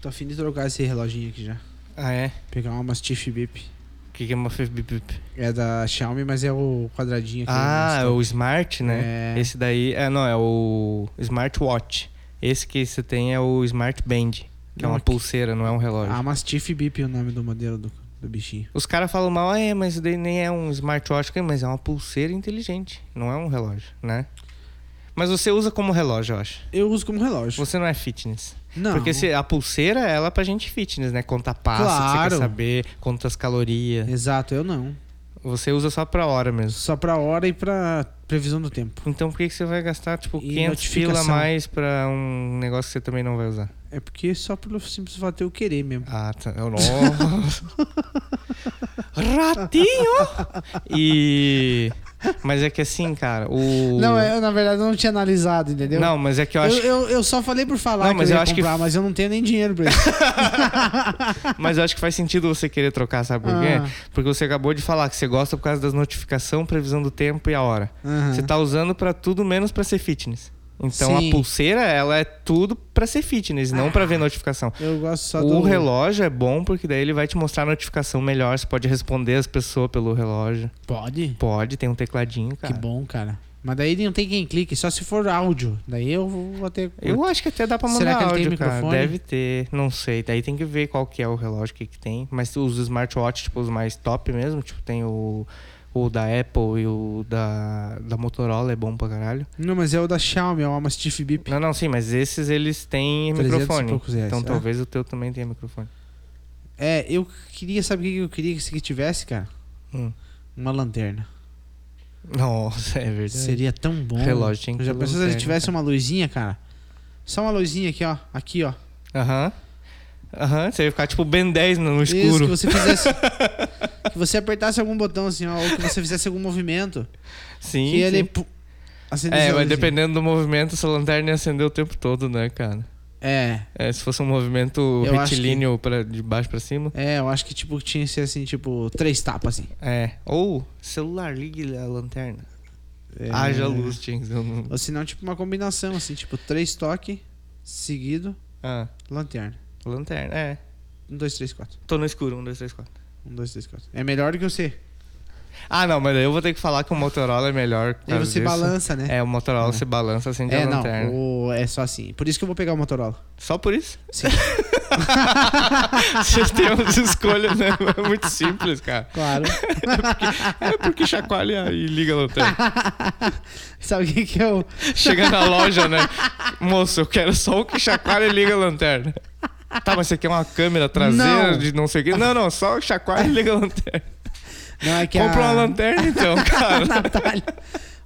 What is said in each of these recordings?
Tô afim de trocar esse reloginho aqui já. Ah, é? Pegar uma Mastiff Bip. O que, que é uma Fif Bip Bip? É da Xiaomi, mas é o quadradinho aqui. Ah, é o Smart, né? É. Esse daí. É, não, é o Smartwatch. Esse que você tem é o Smart Band, que é Não, uma aqui- pulseira, não é um relógio. A Mastiff Bip é o nome do modelo do, do bichinho. Os caras falam mal, "Ah, é, mas isso daí nem é um smartwatch, mas é uma pulseira inteligente, não é um relógio, né? Mas você usa como relógio, eu acho. Eu uso como relógio. Você não é fitness. Não. Porque se- a pulseira, ela é pra gente fitness, né? Conta passo, que você Claro. quer saber, conta as calorias. Exato, eu não. Você usa só pra hora mesmo. Só pra hora e pra previsão do tempo. Então por que que você vai gastar, tipo, E 500 pila a notificação. mais pra um negócio que você também não vai usar? É porque só pelo simples fato eu querer mesmo. Ah, tá. Eu- Nossa. Ratinho! E... Mas é que assim, cara, o... Não, é, eu na verdade eu não tinha analisado, entendeu? Não, mas é que eu Eu, acho. eu, eu só falei por falar Não, que mas eu, eu ia acho que- comprar, mas eu não tenho nem dinheiro pra isso. Mas eu acho que faz sentido você querer trocar, sabe por quê? Ah. Porque você acabou de falar que você gosta por causa das notificações, previsão do tempo e a hora. Aham. Você tá usando pra tudo menos pra ser fitness. Então Ah. Sim. Ah. a pulseira, ela é tudo pra ser fitness, não pra ver notificação. Eu gosto só o do... relógio é bom porque daí ele vai te mostrar a notificação melhor, você pode responder as pessoas pelo relógio. Pode? Pode, tem um tecladinho, cara. Que bom, cara. Mas daí não tem quem clique, só se for áudio. Daí eu vou vou ter... Eu acho que até dá pra mandar Será que ele tem áudio, cara. microfone? Deve ter, não sei. Daí tem que ver qual que é o relógio, o que, que tem. Mas os smartwatch, tipo, os mais top mesmo, tipo, tem o, o da Apple e o da, da Motorola, é bom pra caralho. Não, mas é o da Xiaomi, é o Mastiff Bip. Não, não, sim, mas esses eles têm 300 e microfone. poucos reais, Então ah. talvez o teu também tenha microfone. É, eu queria... Sabe o que eu queria que esse aqui tivesse, cara? Hum. Uma lanterna. Nossa, é verdade. Seria tão bom. Relógio tinha que Já ter pensou se ele lanterna, tivesse uma luzinha, cara? Só uma luzinha aqui, ó. Aqui, ó. Aham. Aham, você ia ficar tipo Ben 10 no Isso, que escuro. você fizesse... que você apertasse algum botão, assim, ó. Ou que você fizesse algum movimento. Sim. que ele... sim. pu- acendesse a É, mas luzinha. dependendo do movimento, essa lanterna ia acender o tempo todo, né, cara? É. É, se fosse um movimento Eu acho retilíneo pra, de baixo pra cima. É, eu acho que, tipo, tinha que ser, assim, tipo... Três tapas, assim. É. Ou celular, ligue a lanterna. É. Haja luz, tinha que ser um- Ou se não, tipo, uma combinação, assim. Tipo, três toques seguido, Ah, lanterna. lanterna, é. Um, dois, três, quatro. Tô no escuro, um, dois, três, quatro. Um, dois, três, quatro. É melhor do que você. Ah, não, mas daí eu vou ter que falar que o Motorola é melhor. por E causa você disso. balança, né? É, o Motorola se balança, acende É, a não. lanterna. o- é só assim. Por isso que eu vou pegar o Motorola. Só por isso? Sim. Vocês têm umas escolhas, né? É muito simples, cara. Claro. É porque chacoalha e liga a lanterna. Sabe o que que eu... Chega na loja, né? Moço, eu quero só o que chacoalha e liga a lanterna. Tá, mas você quer uma câmera traseira Não. de não sei o quê? Não, não, só o chacoalha e liga a lanterna. Não, é que Compra a... uma lanterna então, a cara. Natália...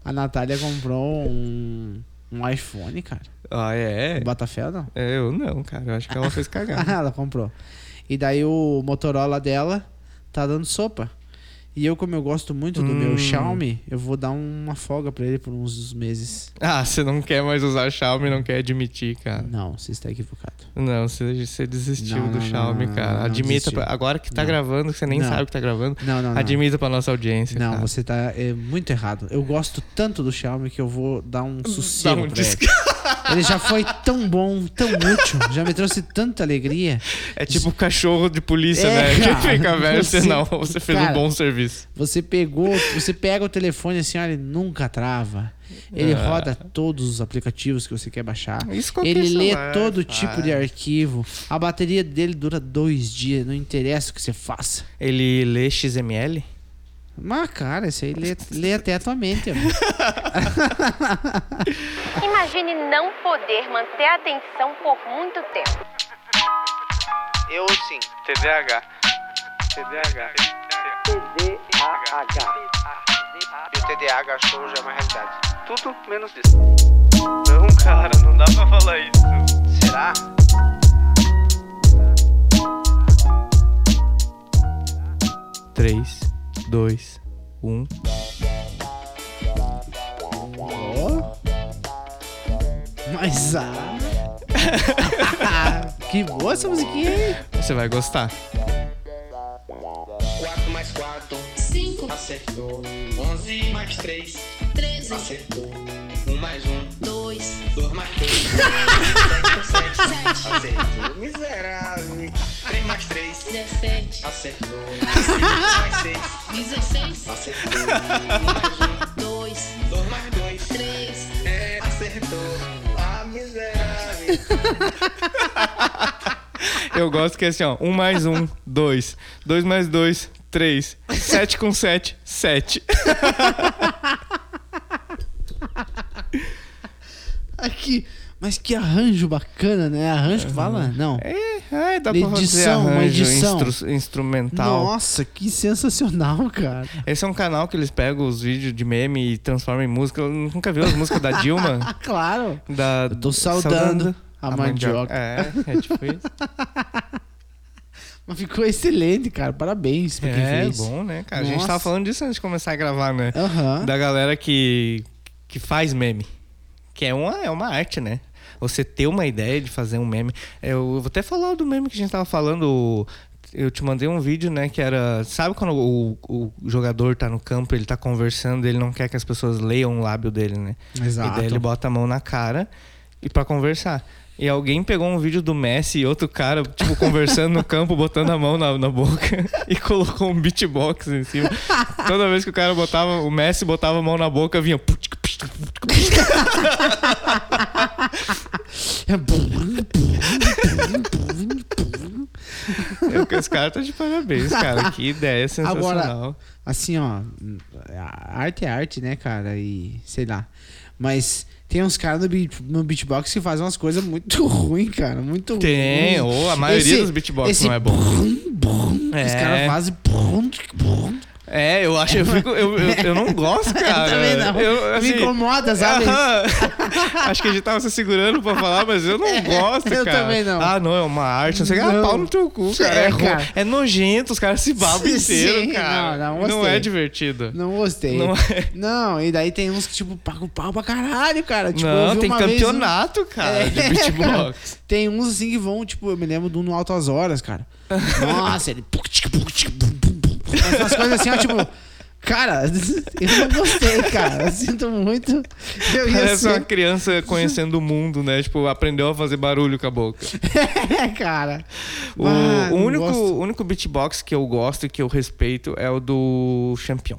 A Natália comprou um... Um iPhone, cara. ah, é? O Batafé, não. É, Eu não, cara. Eu acho que ela fez cagar. Ah, ela comprou. E daí o Motorola dela tá dando sopa. E eu, como eu gosto muito do Hum. meu Xiaomi, eu vou dar uma folga pra ele por uns meses. Ah, você não quer mais usar Xiaomi, não quer admitir, cara. Não, você está equivocado. Não, você, você desistiu Não, do não, não, Xiaomi, não, não, cara. não, não Admita, desisti. pra- agora que tá Não. gravando, que você nem Não. sabe que tá gravando, Não, não, não. admita pra nossa audiência. Não, cara. você tá é, muito errado. Eu gosto tanto do Xiaomi que eu vou dar um Dá sossego um pra desca- ele. Ele já foi tão bom, tão útil, já me trouxe tanta alegria. É tipo cachorro de polícia, É, né? cara. Que fica velho, você Você- não. Você fez um cara. bom serviço. Você pegou, você pega o telefone assim, olha, ele nunca trava. Ele Ah. roda todos os aplicativos que você quer baixar. Isso é qualquer Ele lê celular todo faz. tipo de arquivo. A bateria dele dura dois dias, não interessa o que você faça. Ele lê XML? Mas, cara, isso aí lê, lê até a tua mente. amigo. Imagine não poder manter a atenção por muito tempo. Eu sim. TDAH. TDAH. E o TDAH show já é uma realidade. Tudo menos isso. Não, cara, não dá pra falar isso. Será? Três, dois, um. Ó. Mas, ah... que boa essa musiquinha, hein? Você vai gostar. 4 mais 4, 5, acertou. 11 mais 3, 13, acertou. 1 mais 1, 2, Dorma quente. Acertou. Acertou. Miserável. 3 mais 3. 17, Acertou. 5 mais 6. 16, Acertou. 1 mais 2, 1. 2 mais 2. 3. É, acertou. Ah, miserável. Eu gosto que é assim, ó. Um mais um, dois. Dois mais dois, três. Sete com sete, sete. Aqui. Mas que arranjo bacana, né? Arranjo que fala? Não. É, ai, dá pra fazer Edição, uma arranjo edição. instru- instrumental. Nossa, que sensacional, cara. Esse é um canal que eles pegam os vídeos de meme e transformam em música. Eu nunca viu as músicas da Dilma? Ah, claro. Da, Eu tô saudando a mandioca. É, é tipo isso. Mas ficou excelente, cara. Parabéns pra quem É, fez. bom, né, cara? A gente Nossa. tava falando disso antes de começar a gravar, né? Aham. Da galera que, que faz meme. Que é uma, é uma arte, né? Você ter uma ideia de fazer um meme. Eu vou até falar do meme que a gente tava falando. Eu te mandei um vídeo, né? Que era. Sabe quando o, o jogador tá no campo, ele tá conversando, ele não quer que as pessoas leiam o lábio dele, né? Exato. E daí ele bota a mão na cara e para conversar. E alguém pegou um vídeo do Messi e outro cara, tipo, conversando no campo, botando a mão na, na boca e colocou um beatbox em cima. Toda vez que o cara botava, o Messi botava a mão na boca, vinha. Eu, esse cara tá de parabéns, cara. Que ideia sensacional. Agora, assim, ó, a arte é arte, né, cara? E sei lá. Mas tem uns caras no, beat- no beatbox que fazem umas coisas muito ruins, cara. Muito Tem, ruim. ou a maioria Esse- dos beatbox esse não é bom. brum, brum, que Os É. caras fazem. brum, brum. É, eu acho, eu fico. Eu, eu, eu não gosto, cara. também não. Eu, assim, Me incomoda, sabe? Aham. Acho que a gente tava se segurando pra falar, mas eu não gosto, cara. É, eu também não. Ah, não, é uma arte, não sei o que. Ah, Não. pau no teu cu, cara. É, É, ruim. cara. É nojento, os caras se babam Sim, inteiro, sim, cara. não, não gostei. é divertido. Não gostei. Não Não, é. e daí tem uns que, tipo, pagam pau pra caralho, cara. Tipo, eu não, vi tem uma vez um- campeonato, cara, de É, cara. beatbox. Tem uns assim que vão, tipo, eu me lembro de um no Altas Horas, cara. Nossa, ele. Essas coisas assim, ó, tipo. Cara, eu não gostei, cara. Eu sinto muito. Eu ia Parece uma ser. criança conhecendo o mundo, né? Tipo, aprendeu a fazer barulho com a boca. É, cara. O, Ah, o não único, gosto. o único beatbox que eu gosto e que eu respeito é o do Champion.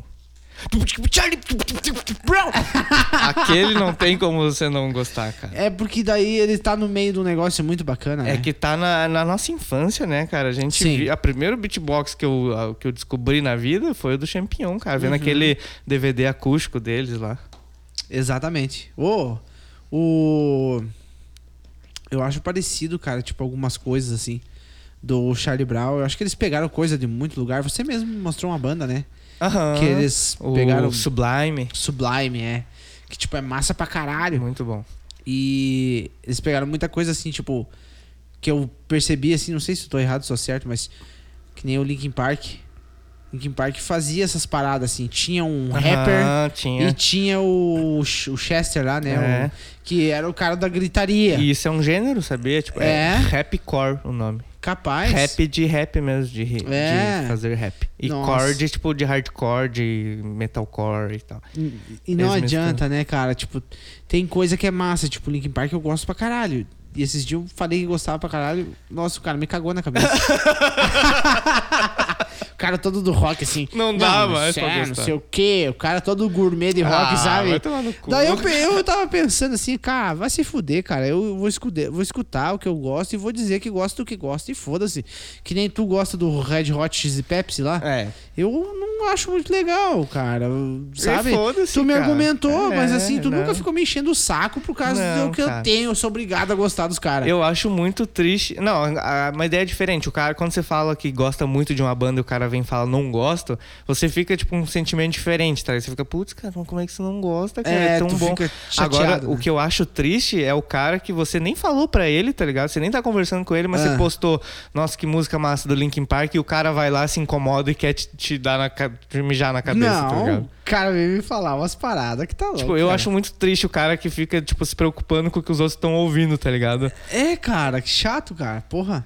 Aquele não tem como você não gostar, cara. É porque daí ele tá no meio de um negócio muito bacana, É né? que tá na, na nossa infância, né, cara? A gente. Sim. Vi, a primeiro beatbox que eu, a- que eu descobri na vida foi o do Champion, cara. Vendo aquele DVD acústico deles lá. Exatamente. Ô, o. Eu acho parecido, cara, tipo, algumas coisas assim. Do Charlie Brown. Eu acho que eles pegaram coisa de muito lugar. Você mesmo me mostrou uma banda, né? Aham. Que eles o pegaram- Sublime. Sublime, é. Que, tipo, é massa pra caralho. Muito bom. E eles pegaram muita coisa, assim, tipo... Que eu percebi, assim, não sei se eu tô errado, se eu tô certo, mas... Que nem o Linkin Park. Linkin Park fazia essas paradas, assim. Tinha um rapper... Aham, E tinha. tinha o, o Chester lá, né? É. O- que era o cara da gritaria. E isso é um gênero, sabia? Tipo, é É. rapcore o nome. Capaz. Rap de rap mesmo, de, ri- É. de fazer rap. E Nossa. core de, tipo, de hardcore, de metalcore e tal. E- E não Eles adianta, né, cara? Tipo, tem coisa que é massa. Tipo, Linkin Park eu gosto pra caralho. E esses dias eu falei que gostava pra caralho. Nossa, o cara me cagou na cabeça. o cara todo do rock, assim. Não dá mais sei, pra Não gostar." sei o quê. O cara todo gourmet de rock, Ah, sabe? vai tomar no cu. Daí eu, pe- eu tava pensando assim, cara, vai se fuder, cara. Eu vou, escuder, vou escutar o que eu gosto e vou dizer que gosto do que gosto e foda-se. Que nem tu gosta do Red Hot Cheese Pepsi lá. É. Eu não acho muito legal, cara. Sabe? foda-se, Tu me cara. argumentou, mas É, assim, tu não. nunca ficou me enchendo o saco por causa Não, do que cara. eu tenho. Eu sou obrigado a gostar dos caras. Eu acho muito triste. Não, a- a- uma ideia é diferente. O cara, quando você fala que gosta muito de uma banda e o cara vem e fala não gosto, você fica, tipo, um sentimento diferente, tá? Você fica, putz, cara, como é que você não gosta, cara? É, É, tão tu bom. fica chateado, Agora, né? o que eu acho triste é o cara que você nem falou pra ele, tá ligado? Você nem tá conversando com ele, mas Ah. você postou, nossa, que música massa do Linkin Park, e o cara vai lá, se incomoda e quer te, te dar na ca- te mijar na cabeça, tá não, ligado? o cara veio me falar umas paradas que tá louco. Tipo, eu cara. acho muito triste o cara que fica, tipo, se preocupando com o que os outros estão ouvindo, tá ligado? É, cara, que chato, cara. Porra.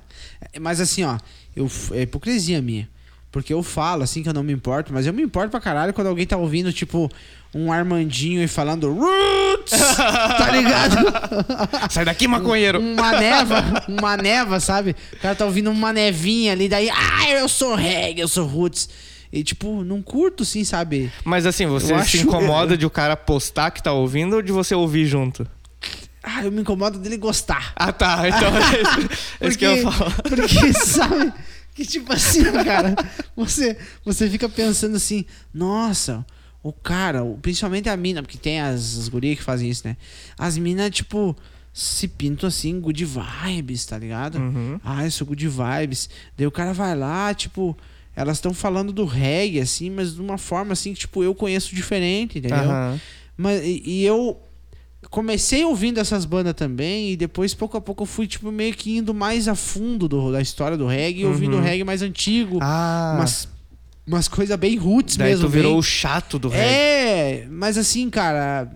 É, Mas assim, ó, eu, é hipocrisia minha. Porque eu falo, assim, que eu não me importo, mas eu me importo pra caralho quando alguém tá ouvindo, tipo, um Armandinho e falando Roots! tá ligado? Sai daqui, maconheiro! Uma neva, uma neva, sabe? O cara tá ouvindo uma nevinha ali, daí, ah, eu sou reggae, eu sou roots. E, tipo, não curto, sim, sabe? Mas assim, você Eu se acho- incomoda de o cara postar que tá ouvindo ou de você ouvir junto? Ah, eu me incomodo dele gostar. Ah, tá. Então é isso, é isso que eu ia falar. Porque, sabe? Que tipo assim, cara, você, você fica pensando assim, nossa, o cara, o- principalmente a mina, porque tem as, as gurias que fazem isso, né? As minas, tipo, se pintam assim, good vibes, tá ligado? Uhum. Ah, eu sou good vibes. Daí o cara vai lá, tipo, elas estão falando do reggae, assim, mas de uma forma assim que, tipo, eu conheço diferente, entendeu? Aham. Mas, e, e eu comecei ouvindo essas bandas também, e depois, pouco a pouco, eu fui, tipo, meio que indo mais a fundo do- da história do reggae, ouvindo o reggae mais antigo. Uhum. Ah, Umas, umas coisas bem roots daí mesmo. tu virou bem- o chato do reggae. É, mas assim, cara.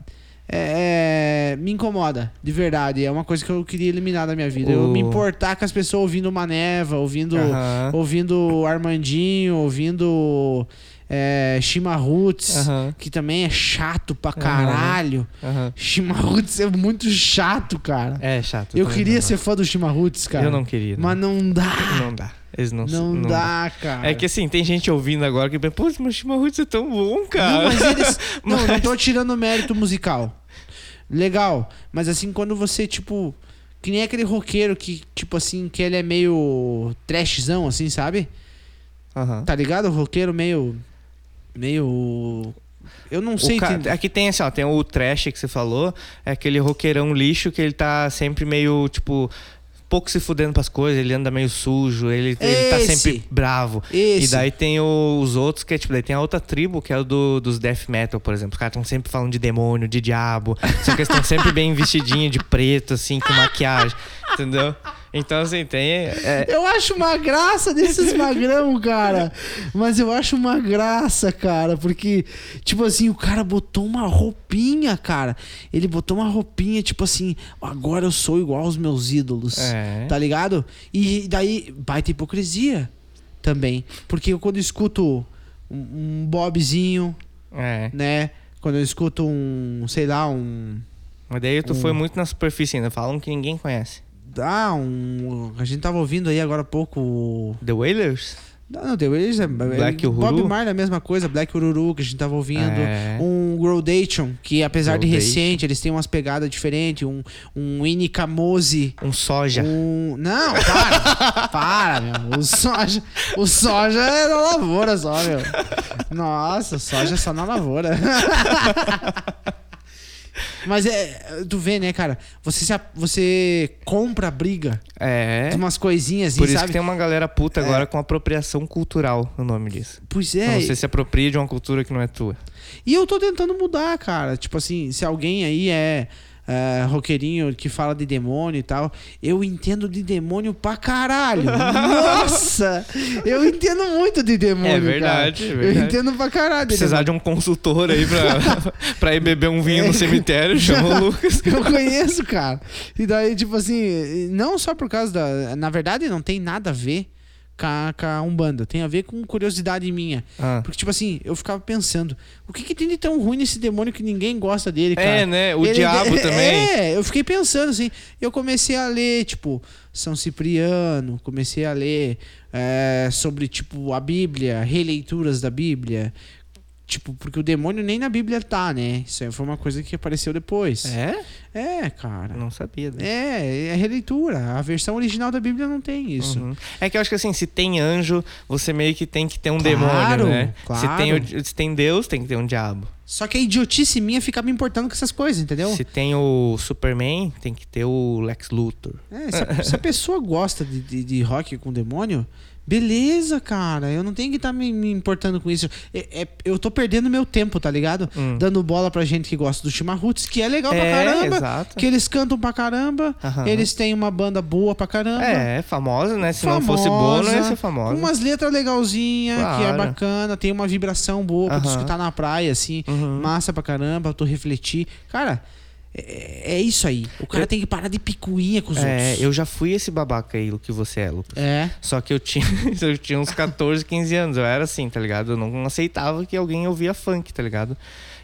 é- é, me incomoda, de verdade. É uma coisa que eu queria eliminar da minha vida. Eu O- me importar com as pessoas ouvindo uma neva, ouvindo, Aham. ouvindo Armandinho, ouvindo é, Shima Roots, Aham. que também é chato pra caralho. Aham. Shima Roots é muito chato, cara. É chato. eu também queria não. ser fã do Shima Roots, cara. Eu não queria. Mas não dá. Não dá. Eles não Não, dá, cara. É que assim, tem gente ouvindo agora que pensa, putz, mas Chimarruts é tão bom, Não, cara. mas eles. Não, Mas- não tô tirando mérito musical. Legal. Mas assim, quando você, tipo. Que nem aquele roqueiro que, tipo assim, que ele é meio trashzão, assim, sabe? Aham. Tá ligado? O roqueiro meio. Meio. Eu não sei. O ca- tem- Aqui tem assim, ó, tem o trash que você falou, é aquele roqueirão lixo que ele tá sempre meio, tipo, pouco se fudendo pras coisas, ele anda meio sujo, ele, ele tá Esse. sempre bravo. Esse. E daí tem o- os outros que é, tipo, daí tem a outra tribo que é o do- dos death metal, por exemplo. Os caras estão sempre falando de demônio, de diabo, só que eles estão sempre bem vestidinhos de preto, assim, com maquiagem, entendeu? Então, assim, tem. é- Eu acho uma graça desses magrão, cara. Mas eu acho uma graça, cara, porque, tipo assim, o cara botou uma roupinha, cara. Ele botou uma roupinha, tipo assim, agora eu sou igual aos meus ídolos. É. Tá ligado? E daí, baita hipocrisia também. Porque eu, quando escuto um, um Bobzinho, é. né? Quando eu escuto um, sei lá, um. Mas daí tu Hum. foi muito na superfície ainda, falam que ninguém conhece. Ah, um. A gente tava ouvindo aí agora há pouco o- The Wailers? Não, não, The Wailers é... Black é- Bob Uhuru? Marley é a mesma coisa, Black Ururu, que a gente tava ouvindo. É. Um Grodation, que apesar de Grodation. recente, eles têm umas pegadas diferentes. Um, um Inikamose. Um soja. Um... Não, para! para, meu. O soja, o soja é na lavoura só, meu. Nossa, soja é só na lavoura. Mas é, tu vê, né, cara? Você, se, a- você compra a briga É. de umas coisinhas, Por assim, isso sabe? que tem um uma galera puta agora com apropriação cultural o nome disso. Pois Então é. Você se apropria de uma cultura que não é tua. E eu tô tentando mudar, cara. Tipo assim, se alguém aí é, é roqueirinho que fala de demônio e tal, eu entendo de demônio pra caralho. Nossa! Eu entendo muito de demônio. É verdade, cara. é verdade. Eu entendo pra caralho. de Precisar demônio. de um consultor aí pra, pra ir beber um É. vinho no cemitério, chama o Lucas. Eu conheço, cara. E daí, tipo assim, não só por causa da. Na verdade, não tem nada a ver com a, com a Umbanda. Tem a ver com curiosidade minha. Ah. Porque, tipo assim, eu ficava pensando: o que, que tem de tão ruim nesse demônio que ninguém gosta dele, cara? É, né? O Ele- diabo é, também. É, eu fiquei pensando assim. Eu comecei a ler, tipo, São Cipriano, comecei a ler é, sobre, tipo, a Bíblia, releituras da Bíblia. Tipo, porque o demônio nem na Bíblia tá, né? Isso aí foi uma coisa que apareceu depois. É? É, cara. Não sabia. né? É, é releitura. A versão original da Bíblia não tem isso. Uhum. É que eu acho que assim, se tem anjo, você meio que tem que ter um Claro, demônio, né? claro. Se, tem o- se tem Deus, tem que ter um diabo. Só que a idiotice minha ficar me importando com essas coisas, entendeu? Se tem o Superman, tem que ter o Lex Luthor. É, se, a, se a pessoa gosta de, de, de rock com demônio, beleza, cara. Eu não tenho que estar me, me importando com isso. É- é- eu tô perdendo meu tempo, tá ligado? Dando bola pra gente que gosta do Chimarruts, que é legal pra Hum. É, caramba. exato. Que eles cantam pra caramba. Aham. Eles têm uma banda boa pra caramba. É, famosa, né? Se não fosse boa, não ia ser famosa. Com umas letras legalzinhas, que é Claro. bacana, tem uma vibração boa pra tu Aham. Uhum. escutar na praia, assim, massa pra caramba, pra tu refletir. Cara, É, é isso aí. O cara tem que parar de picuinha com os É, outros. eu já fui esse babaca aí que você é, Lucas. É. Só que eu tinha, eu tinha uns 14, 15 anos. Eu era assim, tá ligado? Eu não aceitava que alguém ouvia funk, tá ligado?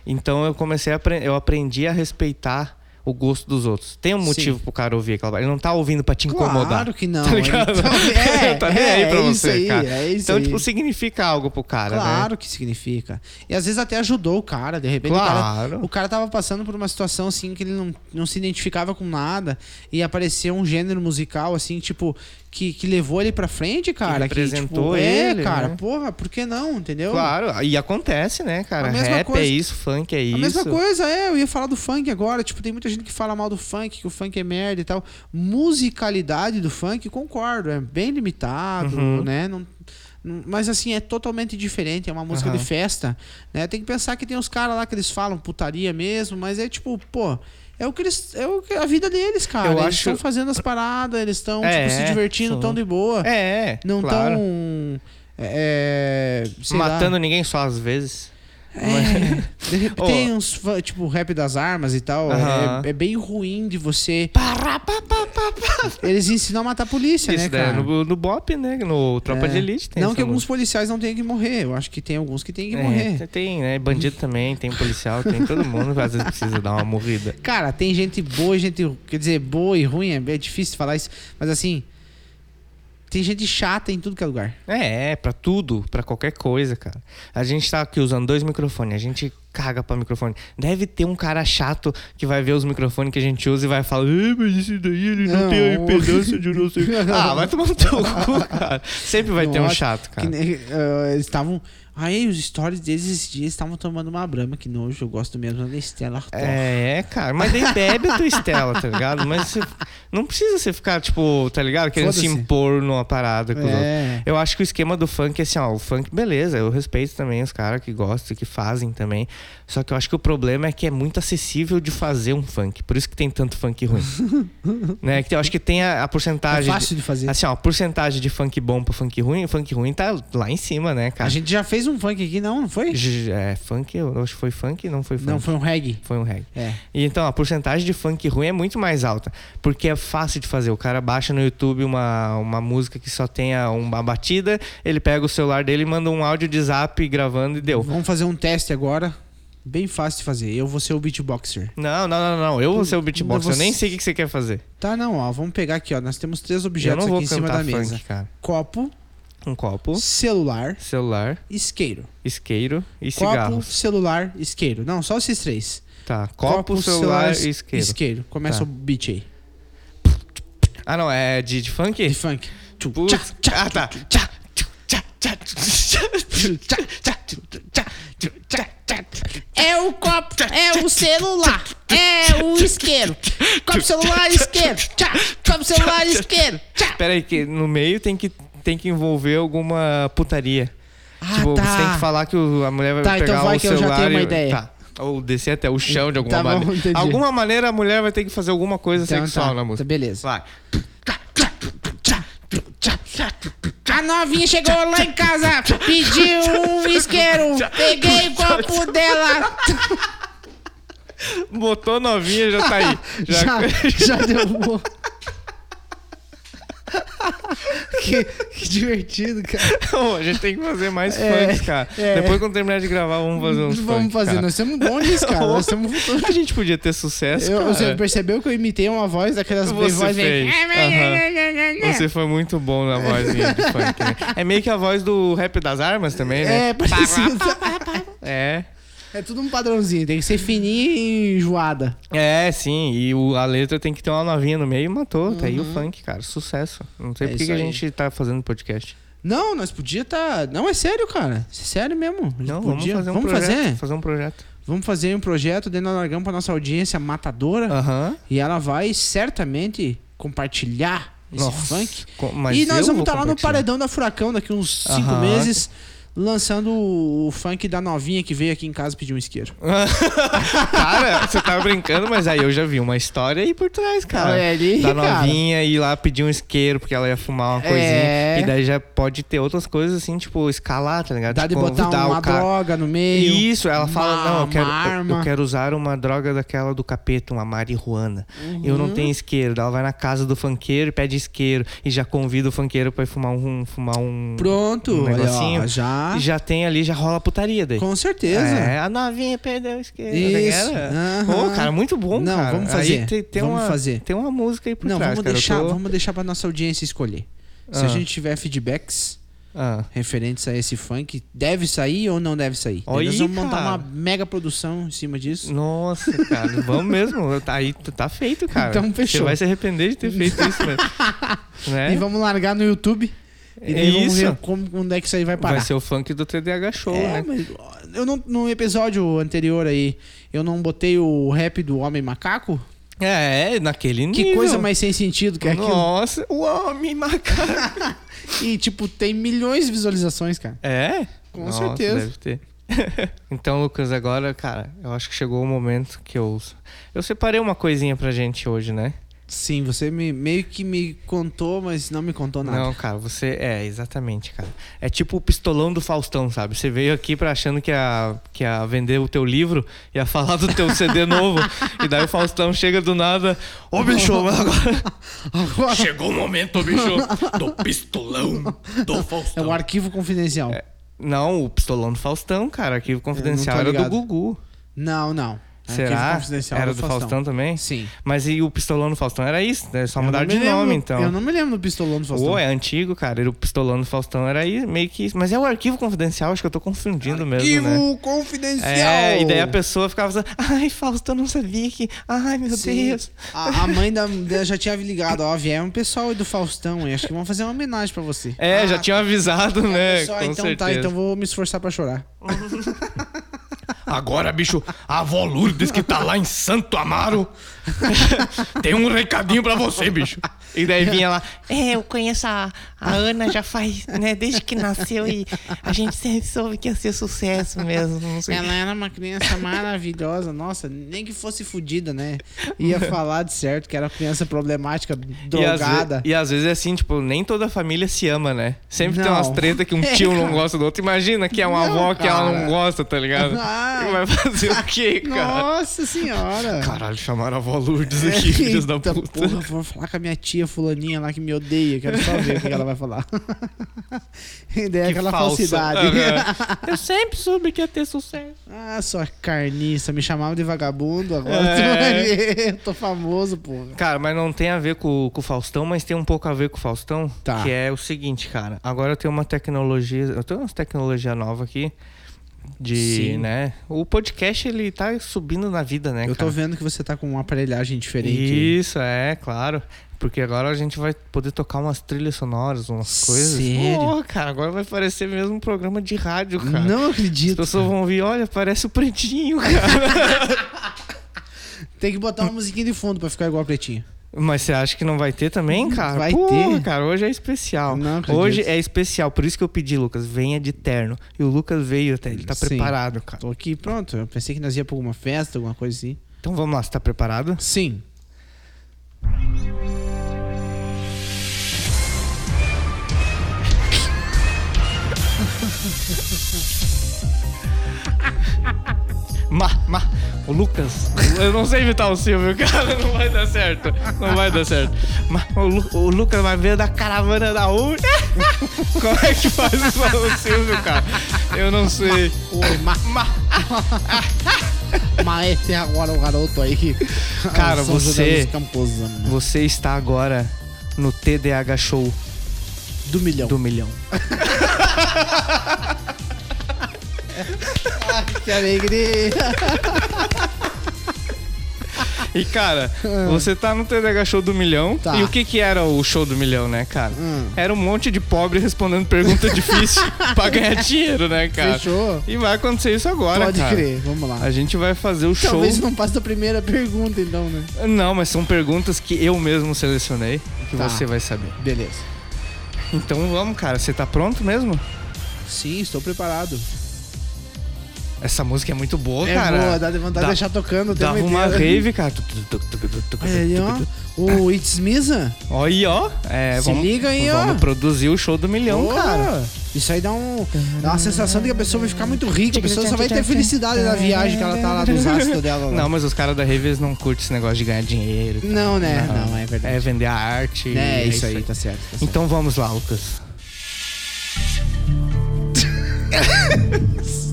Então eu comecei a apre- eu aprendi a respeitar o gosto dos outros. Tem um Sim. motivo pro cara ouvir aquela. Ele não tá ouvindo pra te Claro incomodar. que não, Tá ligado? ele tá- é, tá nem é, aí pra é isso você, aí, cara. é isso então, aí. tipo, significa algo pro cara, né? Claro que significa. E às vezes até ajudou o cara, de repente. O, cara, Claro. o cara tava passando por uma situação assim que ele não, não se identificava com nada e apareceu um gênero musical assim, tipo, que, que levou ele pra frente, cara. que, tipo, representou ele, É, cara, né? porra, por que não? Entendeu? né? Claro. E acontece, né, cara? A mesma Rap coisa- é isso, funk é isso. A mesma coisa, é, eu ia falar do funk agora. Tipo, tem muita gente que fala mal do funk, que o funk é merda e tal. Musicalidade do funk, concordo, é bem limitado, Uhum. né? Não, não- mas assim, é totalmente diferente, é uma música Aham. de festa, né? Tem que pensar que tem uns caras lá que eles falam putaria mesmo, mas é tipo, pô. É o que eles. É o que- a vida deles, cara. Eu eles acho- estão fazendo as paradas, eles estão É, tipo, se divertindo, são- tão de boa. É, não estão claro. É, sei lá. Matando ninguém só às vezes. É, de repente Ô. tem uns, fã- tipo, rap das armas e tal. Aham. É, é bem ruim de você. Eles ensinam a matar a polícia, Isso né, daí é cara? no, no BOP, né? No Tropa É. de Elite tem Não essa que alguns música. policiais não tenham que morrer. Eu acho que tem alguns que têm que É, morrer. tem- Tem, né? Bandido também, tem policial, tem todo mundo. Às vezes precisa dar uma morrida. Cara, tem gente boa e gente. Quer dizer, boa e ruim, é, é difícil falar isso. Mas assim. Tem gente chata em tudo que é lugar. É, é, pra tudo, pra qualquer coisa, cara. A gente tá aqui usando dois microfones, a gente caga pra microfone. Deve ter um cara chato que vai ver os microfones que a gente usa e vai falar, "Ei, mas isso daí ele não, Não. tem a impedância de não sei o quê." Ah, vai tomar no teu cu, cara. Sempre vai ter um Nossa, chato, cara. Que, nem, ah, eles estavam. Aí os stories deles esses dias estavam tomando uma brama, que nojo. Eu gosto mesmo da Estela Artois. É, cara, mas daí bebe a tua Estela, tá ligado? Mas você- não precisa você ficar, tipo, tá ligado? Querendo se Foda-se. impor numa parada com os outros. É. Eu acho que o esquema do funk é assim, ó, o funk, beleza, eu respeito também os caras que gostam, que fazem também. Só que eu acho que o problema é que é muito acessível de fazer um funk. Por isso que tem tanto funk ruim. né? Que eu acho que tem a, a É porcentagem. fácil de fazer. Assim, ó, a porcentagem de funk bom pro funk ruim, o funk ruim tá lá em cima, né, cara? A gente já fez um funk aqui, não? Não foi? J- É, funk, eu acho que foi funk, não foi funk. Não, foi um reggae. Foi um reggae. É. E então a porcentagem de funk ruim é muito mais alta, porque é fácil de fazer. O cara baixa no YouTube uma, uma música que só tenha uma batida, ele pega o celular dele e manda um áudio de zap gravando e deu. Vamos fazer um teste agora. Bem fácil de fazer. Eu vou ser o beatboxer. Não, não, não, não. Eu vou ser o beatbox, Você- eu nem sei o que que você quer fazer. Tá, não, ó. Vamos pegar aqui, ó. Nós temos três Eu objetos não vou aqui em cima da cantar funk, mesa: cara. copo, Um copo, celular, celular, isqueiro. isqueiro e Copo, cigarros. celular, isqueiro. Não, só esses três. Tá. Copo, celular e isqueiro. Isqueiro. Começa Tá. o beat aí. Ah, não, é de, de funk? De funk. Tchum, Putz. tchá, tchá, ah, tá. tchum, Tchá, tchum, tchá, tchá, tchum, tchá, tchá, tchum, tchá, tchum, tchá, tchá, tchum. É o copo, é o celular, é o isqueiro. Copo, celular, isqueiro. Tchá, copo, celular, isqueiro. Tchá. Pera aí, que no meio tem que, tem que envolver alguma putaria. Ah, tipo, tá. você tem que falar que o- a mulher vai Tá, pegar então vai o que eu já celular tenho uma e- ideia. Tá. Ou descer até o chão de alguma Tá bom, maneira. entendi. alguma maneira a mulher vai ter que fazer alguma coisa Então sexual tá, na música. tá, beleza. Vai. A novinha chegou lá em casa, pediu um isqueiro. Peguei o copo dela. Botou novinha, já tá aí. Já- um Já, já derrubou. que, que divertido, cara. Não, a gente tem que fazer mais É, funks, cara. é. Depois quando terminar de gravar, vamos fazer uns Vamos funk, fazer. cara. Nós temos bom nisso, cara. Nós temos um futuro. A gente podia ter sucesso, Eu, cara. você percebeu que eu imitei uma voz daquelas bem Você voz bem- fez. Aham. Você foi muito bom na voz de funk, né? É meio que a voz do rap das armas também, né? É, parecido. É. É tudo um padrãozinho. Tem que ser fininha e enjoada. É, sim. E o- a letra tem que ter uma novinha no meio e matou. Tá aí o funk, cara. Sucesso. Não sei É por que isso que a aí. gente tá fazendo podcast. Não, nós podia tá... Não, é sério, cara. É sério mesmo. A gente Não, podia. vamos fazer um vamos projeto. fazer? fazer um projeto. Vamos fazer um projeto, daí nós largamos pra nossa audiência matadora. Aham. E ela vai certamente compartilhar esse Nossa, funk. co- mas e nós eu vamos vou estar lá no compartilhar. paredão da Furacão daqui uns cinco Aham. meses. lançando o, o funk da novinha que veio aqui em casa pedir um isqueiro. Ah, Cara, você tava brincando, mas aí eu já vi uma história aí por trás, cara. é, Olha ali, da cara. novinha ir lá pedir um isqueiro porque ela ia fumar uma coisinha. É. E daí já pode ter outras coisas assim, tipo, escalar, tá ligado? Dá de Tipo, botar convidar uma o cara. droga no meio. Isso, ela fala, uma- não, eu uma quero, eu- eu, arma. quero usar uma droga daquela do capeta, uma marihuana. Eu Uhum. não tenho isqueiro. Daí Ela vai na casa do funkeiro e pede isqueiro. E já convida o funkeiro pra ir fumar um. Fumar um Pronto, um olha, negocinho. ó, já, E já tem ali, já rola putaria daí. Com certeza. É, a novinha perdeu o isqueiro. Isso, Né? aham. Ô, cara, muito bom, Não, cara. vamos fazer, Aí tem, tem vamos uma, fazer. Tem uma música aí por Não, trás, vamos, cara. Eu deixar, tô- vamos deixar pra nossa audiência escolher. Se a Ah. gente tiver feedbacks Ah, referentes a esse funk, deve sair ou não deve sair? Daí Oi, nós vamos montar cara. uma mega produção em cima disso. Nossa, cara, vamos mesmo. Tá, aí tá feito, cara. Então, fechou. Você vai se arrepender de ter feito isso, né? né? E vamos largar no YouTube. E daí vamos Isso. ver como, onde é que isso aí vai parar. Vai ser o funk do TDH Show, É, né? mas eu não, no episódio anterior aí, eu não botei o rap do Homem Macaco? É, é, naquele nível. Que coisa mais sem sentido que é aquilo. Nossa, o homem macaco. E, tipo, tem milhões de visualizações, cara. É? Com Nossa, certeza. Deve ter. então, Lucas, agora, cara, eu acho que chegou o momento que eu. Eu separei uma coisinha pra gente hoje, né? Sim, você me- meio que me contou, mas não me contou nada. Não, cara, você. É, exatamente, cara. É tipo o pistolão do Faustão, sabe? Você veio aqui pra achando que ia, que ia vender o teu livro, ia falar do teu CD novo. e daí o Faustão chega do nada. Ô, bicho, mas agora. Agora Chegou o momento, bicho, do pistolão do é o Faustão. arquivo confidencial. É. Não, o pistolão do Faustão, cara. Arquivo confidencial era do ligado. Gugu. Não, não. Arquivo Será? confidencial Era do Faustão. também? Sim. Mas e o pistolão do Faustão era isso, né? Só Eu mudar não me de nome, lembro- então. Eu não me lembro do pistolão do Faustão. Ou é antigo, cara. E o pistolão do Faustão era aí, meio que isso. Mas é o arquivo confidencial, acho que eu tô confundindo mesmo, né? Arquivo confidencial! É, e daí a pessoa ficava pensando, ai, Faustão, não sabia que. Ai, meu Sim. Deus. Hum. A, a mãe da, da- já tinha ligado, ó, vier um pessoal aí do Faustão, e acho que vão fazer uma homenagem pra você. É, Ah, já tinha avisado, né? pessoal, Com então certeza. tá, então vou me esforçar pra chorar. Agora, bicho, a avó Lourdes que tá lá em Santo Amaro tem um recadinho pra você, bicho. E daí vinha lá, É, eu conheço a, a Ana já faz, né, desde que nasceu e a gente sempre soube que ia ser sucesso mesmo. Não sei. Ela era uma criança maravilhosa, nossa, nem que fosse fodida, né? Ia falar de certo que era criança problemática, E às, ve- drogada. e às vezes é assim, tipo, nem toda a família se ama, né? Sempre tem Não. umas tretas que um tio não gosta do outro. Imagina que é uma Não, avó que ela cara. não gosta, tá ligado? Ai. Vai fazer o quê, cara? Nossa senhora! Caralho, chamaram a avó Lourdes aqui, filhos da Eita, puta. Porra, vou falar com a minha tia fulaninha lá que me odeia. Quero só ver o que ela vai falar. E daí Que aquela falsa. falsidade. Aham. Eu sempre soube que ia ter sucesso. Ah, sua carniça, me chamava de vagabundo agora. É. tu vai ver, Eu tô famoso, porra. Cara, mas não tem a ver com, com o Faustão, mas tem um pouco a ver com o Faustão. Tá. Que é o seguinte, cara. Agora eu tenho uma tecnologia. Eu tenho uma tecnologia nova aqui. De, Sim. né? O podcast, ele tá subindo na vida, né, Eu cara? tô vendo que você tá com uma aparelhagem diferente. Isso, é, claro. Porque agora a gente vai poder tocar umas trilhas sonoras, umas coisas. Sério? Pô, cara, agora vai parecer mesmo um programa de rádio, cara. Não As acredito. pessoas vão ouvir, olha, parece o pretinho, cara. Tem que botar uma musiquinha de fundo pra ficar igual a pretinho. Mas você acha que não vai ter também, cara? Vai Porra, ter. cara, hoje é especial. Não acredito. hoje é especial, por isso que eu pedi, Lucas, venha de terno. E o Lucas veio até, ele tá Sim. preparado, cara. Tô aqui, pronto. Eu pensei que nós ia pra alguma festa, alguma coisa assim. Então vamos lá, você tá preparado? Sim. Ma, ma, o Lucas. Eu não sei imitar o Silvio, cara. Não vai dar certo. Não vai dar certo. Ma, o, Lu- o Lucas vai ver da caravana da U. Como é que faz isso pra o Silvio, cara? Eu não sei. Oi, ma- Mas esse é agora o garoto aí que. Cara, São José você- dos Camposanos, né? Você está agora no TDH Show Do milhão. do Milhão. Que alegria. E, cara, você tá no TDH Show do Milhão. Tá. E o que que era o Show do Milhão, né, cara? Hum. Era um monte de pobre respondendo pergunta difícil pra ganhar dinheiro, né, cara? Fechou? E vai acontecer isso agora, Pode cara. crer, vamos lá. A gente vai fazer o show. Talvez não passe da primeira pergunta, então, né? Não, mas são perguntas que eu mesmo selecionei que Tá. você vai saber. Beleza. Então vamos, cara. Você tá pronto mesmo? Sim, estou preparado. Essa música é muito boa, é cara. boa, dá de vontade Dá- de deixar tocando o tempo Dava uma inteiro. rave, cara. Olha né? aí, ó. O It's Misa. Olha aí, ó. É, Se vamos, liga aí, ó. Vamos produzir o show do milhão, Pô, É um cara. Isso aí dá, um, dá uma sensação de que a pessoa vai ficar muito rica, a pessoa só vai ter felicidade na viagem que ela tá lá nos astros dela. lá. Não, mas os caras da rave eles não curtem esse negócio de ganhar dinheiro. e tal. Não, né? Não, é verdade. É vender a arte. e É, isso aí, tá certo. tá certo. Então vamos lá, Lucas.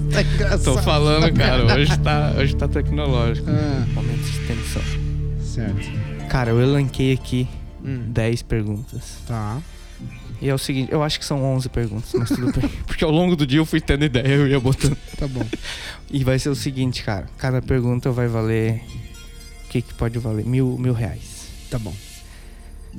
Então tá Tô falando, cara, hoje tá, hoje tá tecnológico. Ah. Momento de tensão. Certo. Cara, eu elanquei aqui Hum. 10 perguntas. Tá. E é o seguinte, eu acho que são 11 perguntas, mas tudo bem. Porque ao longo do dia eu fui tendo ideia, eu ia botando. Tá bom. E vai ser o seguinte, cara. Cada pergunta vai valer... O que, que pode valer? Mil, mil reais. Tá bom.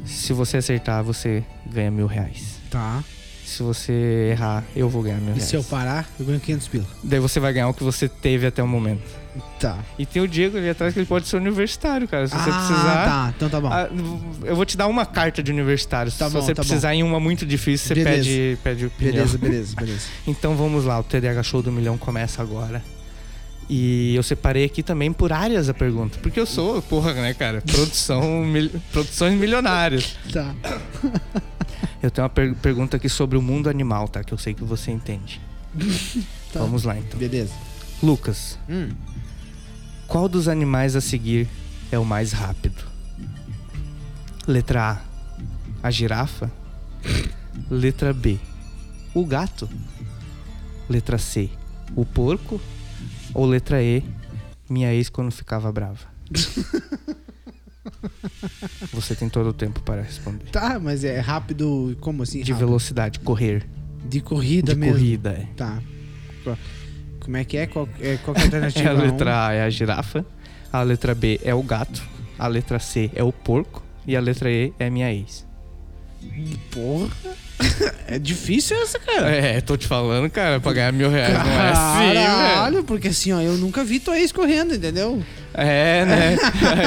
Se você acertar, você ganha mil reais. Tá. Se você errar, eu vou ganhar mil E reais. se eu parar, eu ganho 500 pila. Daí você vai ganhar o que você teve até o momento. Tá. E tem o Diego ali atrás que ele pode ser universitário, cara. Se você ah, precisar. tá. Então tá bom. Ah, eu vou te dar uma carta de universitário. Tá Se bom, você tá precisar em uma muito difícil, você Beleza. pede, pede opinião. beleza, beleza, beleza. Então vamos lá, o TDH Show do Milhão começa agora. E eu separei aqui também por áreas a pergunta. Porque eu sou, porra, né, cara? Produção, mil- produções milionárias. Tá. Eu tenho uma per- pergunta aqui sobre o mundo animal, tá? Que eu sei que você entende. Tá. Vamos lá, então. Beleza. Lucas, Hum. Qual dos animais a seguir é o mais rápido? Letra A, a girafa. Letra B, o gato. Letra C, o porco. Ou letra E, minha ex quando ficava brava. Você tem todo o tempo para responder. Tá, mas é rápido. Como assim? De rápido? velocidade, correr. De corrida de mesmo. corrida, é. Tá. Qual- Como é que é? Qual, é, qual que é a alternativa? É a Um? letra A é a girafa, a letra B é o gato, a letra C é o porco e a letra E é minha ex. Porra. É difícil essa, cara. É, tô te falando, cara, pra ganhar mil reais é É, né? Caralho, porque assim, ó, eu nunca vi tua ex correndo, entendeu? É, né?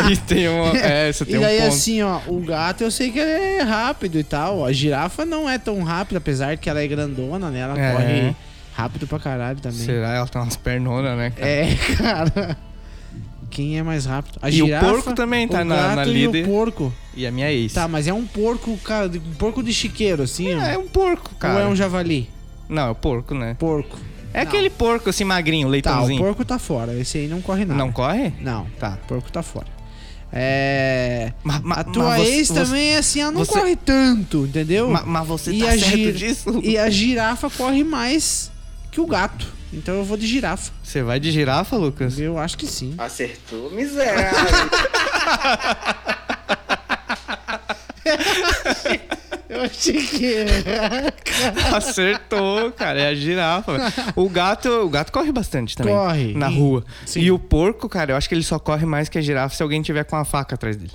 Aí tem uma. É, você tem E daí, um ponto. assim, ó, o gato eu sei que ele é rápido e tal. ó. A girafa não é tão rápida, apesar que ela é grandona, né? Ela É. corre rápido pra caralho também. Será? Ela tem umas pernonas, né? cara? É, cara. Quem é mais rápido? A E o girafa. porco também tá o na- na gato e líder. o porco. E a minha ex. Tá, mas é um porco, cara, de- um porco de chiqueiro, assim, ó. É um porco, Ou cara. é um javali? Não, é o porco, né? Porco. É aquele porco assim magrinho, Tá, o leitãozinho. porco tá fora. Esse aí não corre nada. Não corre? Não, Tá. o porco tá fora. É. Ma- ma- a mas tua você- ex você- também, assim, ela não você- corre tanto, entendeu? Ma- mas você E tá a certo gi- disso? E a girafa corre mais que o gato. Então eu vou de girafa. Você vai de girafa, Lucas? Eu acho que sim. Acertou, miserável. Eu achei que. Acertou, cara. É a girafa. O gato, o gato corre bastante também. Corre. Na Sim. rua. Sim. E o porco, cara, eu acho que ele só corre mais que a girafa se alguém tiver com uma faca atrás dele.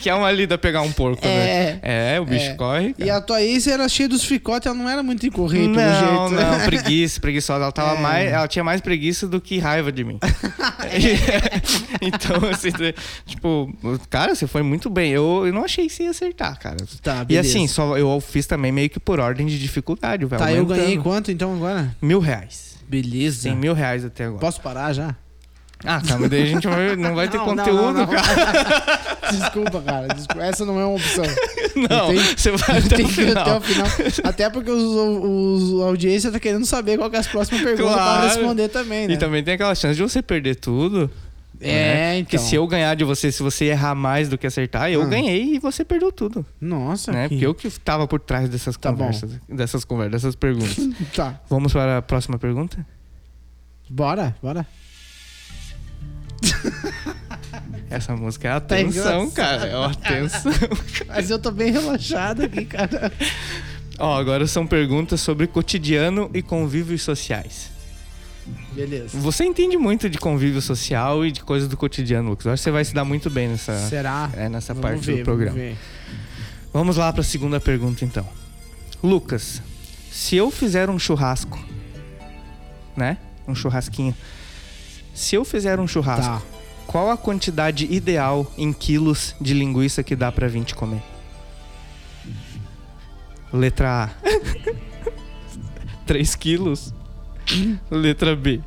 que é uma lida pegar um porco, né? É, o bicho corre. E Cara. a tua ex era cheia dos fricotes, ela não era muito em correr, pelo Não, jeito. né? É. não, preguiça, preguiçosa. Ela, tava mais, ela tinha mais preguiça do que raiva de mim. então, assim, tipo, cara, você foi muito bem. Eu, eu não achei que você ia acertar, cara. Tá, e beleza. assim, só, eu fiz também meio que por ordem de dificuldade, velho. Tá, eu ganhei quanto então agora? Mil reais. Beleza. Tem mil reais até agora. Posso parar já? Ah, tá, mas daí a gente vai- não vai ter conteúdo, cara. Desculpa, cara. desculpa. Essa não é uma opção. Não, tem- você vai até Tem o que ir final. até o final. Até porque os, os, a audiência tá querendo saber qual que é as próximas perguntas Claro. pra responder também, né? E também tem aquela chance de você perder tudo. É, né? então. Que se eu ganhar de você, se você errar mais do que acertar, eu Ah. ganhei e você perdeu tudo. Nossa, Né? que- Porque eu que tava por trás dessas Tá bom. conversas. Dessas conversas, dessas perguntas. Tá, Vamos para a próxima pergunta? bora, bora. Essa música é Tá atenção, engraçado, cara. É uma atenção. Mas eu tô bem relaxado aqui, cara. Ó, agora são perguntas sobre cotidiano e convívios sociais. Beleza. Você entende muito de convívio social e de coisas do cotidiano, Lucas. Eu acho que você vai se dar muito bem nessa, Será? é, nessa Vamos parte ver, do programa. vamos ver. Vamos, lá para a segunda pergunta, então. Lucas, se eu fizer um churrasco, né? Um churrasquinho. Se eu fizer um churrasco, Tá. qual a quantidade ideal em quilos de linguiça que dá para 20 comer? Letra A. 3 quilos? Letra B,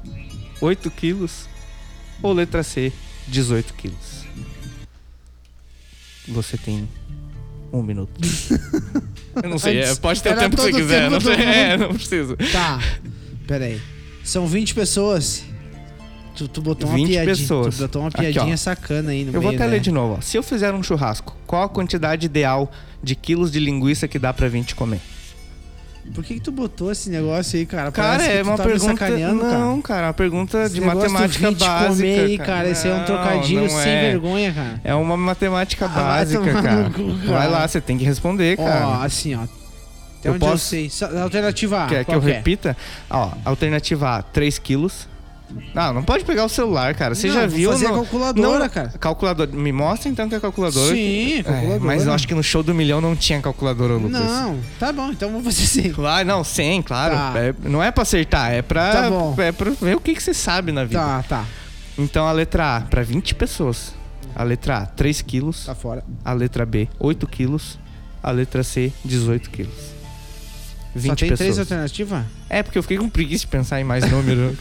8 quilos? Ou letra C, 18 quilos? Você tem um minuto. Eu não sei, é, pode ter o Era tempo que você todo o quiser. tempo Não, do sei, é, mundo. não precisa. Tá. Pera aí. São 20 pessoas. Tu, tu botou uma 20 piadinha. pessoas. Tu botou uma Aqui, ó. piadinha sacana aí no Eu meio, vou até né? ler de novo. ó. Se eu fizer um churrasco, qual a quantidade ideal de quilos de linguiça que dá pra 20 comer? Por que, que tu botou esse negócio aí, cara? Cara, Parece que é tu uma tá me pergunta. sacaneando, cara. Não, cara, é uma pergunta Esse de negócio do matemática 20 básica. comer aí, cara. Esse é um Não, trocadilho não sem é. vergonha, cara. É uma matemática vai básica, tomar no cara. cu, cara. Vai lá, você tem que responder, Ó, cara. assim, ó. Até Eu onde eu posso- sei. Só- Alternativa A. Quer que qual é? eu repita? Ó, alternativa A, 3 quilos. Ah, Não, não pode pegar o celular, cara. Você Não, já vou viu? fazer a não- calculadora, não- cara. Calculadora. Me mostra então que é calculadora. Sim, É, calculadora. mas eu acho que no show do milhão não tinha calculadora, Lucas. Não, tá bom, então vamos fazer assim. Claro, não, sim, claro. Tá. É- não é pra acertar, é pra, Tá bom. é pra ver o que, que você sabe na vida. Tá, tá. Então a letra A, pra 20 pessoas. A letra A, 3 quilos. Tá fora. A letra B, 8 quilos. A letra C, 18 quilos. 20 Só tem três pessoas. alternativas? É, porque eu fiquei com preguiça de pensar em mais número.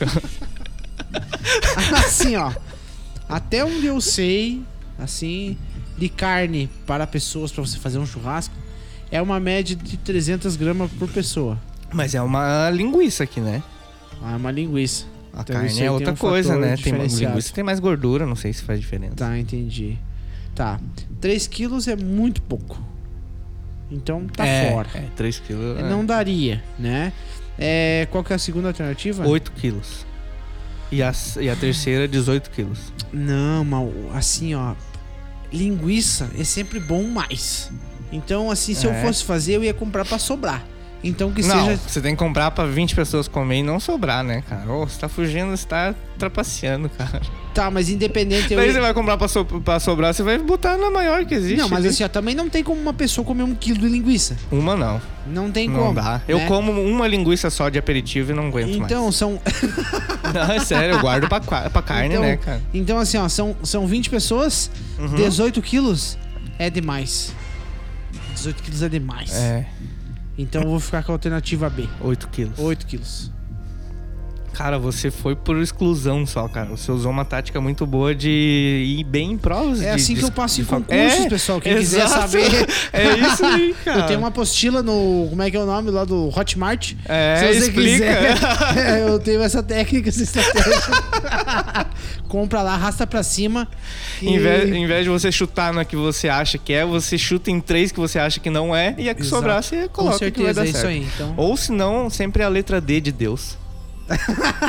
assim, ó. Até onde eu sei, assim, de carne para pessoas, para você fazer um churrasco, é uma média de 300 gramas por pessoa. Mas é uma linguiça aqui, né? Ah, É uma linguiça. Então A isso carne aí é tem outra um coisa, fator né? Tem mais diferenciado. linguiça, tem mais gordura, não sei se faz diferença. Tá, entendi. Tá. 3 quilos é muito pouco. Então tá é, fora. É, 3 quilos. É. Não daria, né? É, qual que é a segunda alternativa? 8 quilos. E a, e a terceira, 18 quilos. Não, mas o- assim, ó. Linguiça é sempre bom mais. Então, assim, se eu É. fosse fazer, eu ia comprar pra sobrar. Então que não, seja. você tem que comprar pra 20 pessoas comer e não sobrar, né, cara? Ô, você tá fugindo, você tá trapaceando, cara. Tá, mas independente. Eu Daí você ia... vai comprar pra, so- pra sobrar, você vai botar na maior que existe. né? Não, mas ali. assim, ó, também não tem como uma pessoa comer um quilo de linguiça. Uma não. Não tem não como. dá. Eu né? como uma linguiça só de aperitivo e não aguento Então, são. mais. Não, é sério, eu guardo pra, qua- pra carne, então, né, cara? Uhum. Então, assim, ó, são, são 20 pessoas, 18 quilos é demais. 18 quilos é demais. É, Então eu vou ficar com a alternativa B. 8 quilos. 8 quilos. Cara, você foi por exclusão só, cara. Você usou uma tática muito boa de ir bem em provas. É de- assim de- que eu passo em de fac- concursos, É, pessoal. Quem quiser exato. saber. É isso aí, cara. Eu tenho uma apostila no. Como é que é o nome lá do Hotmart? É, explica. quiser, É, eu tenho essa técnica, essa estratégia. Compra lá, arrasta pra cima. e- Em vez, em vez de você chutar na que você acha que é, você chuta em três que você acha que não é e a que Exato. sobrar você coloca Com certeza, que vai é dar isso certo. aí. Então. Ou se não, sempre a letra D de Deus.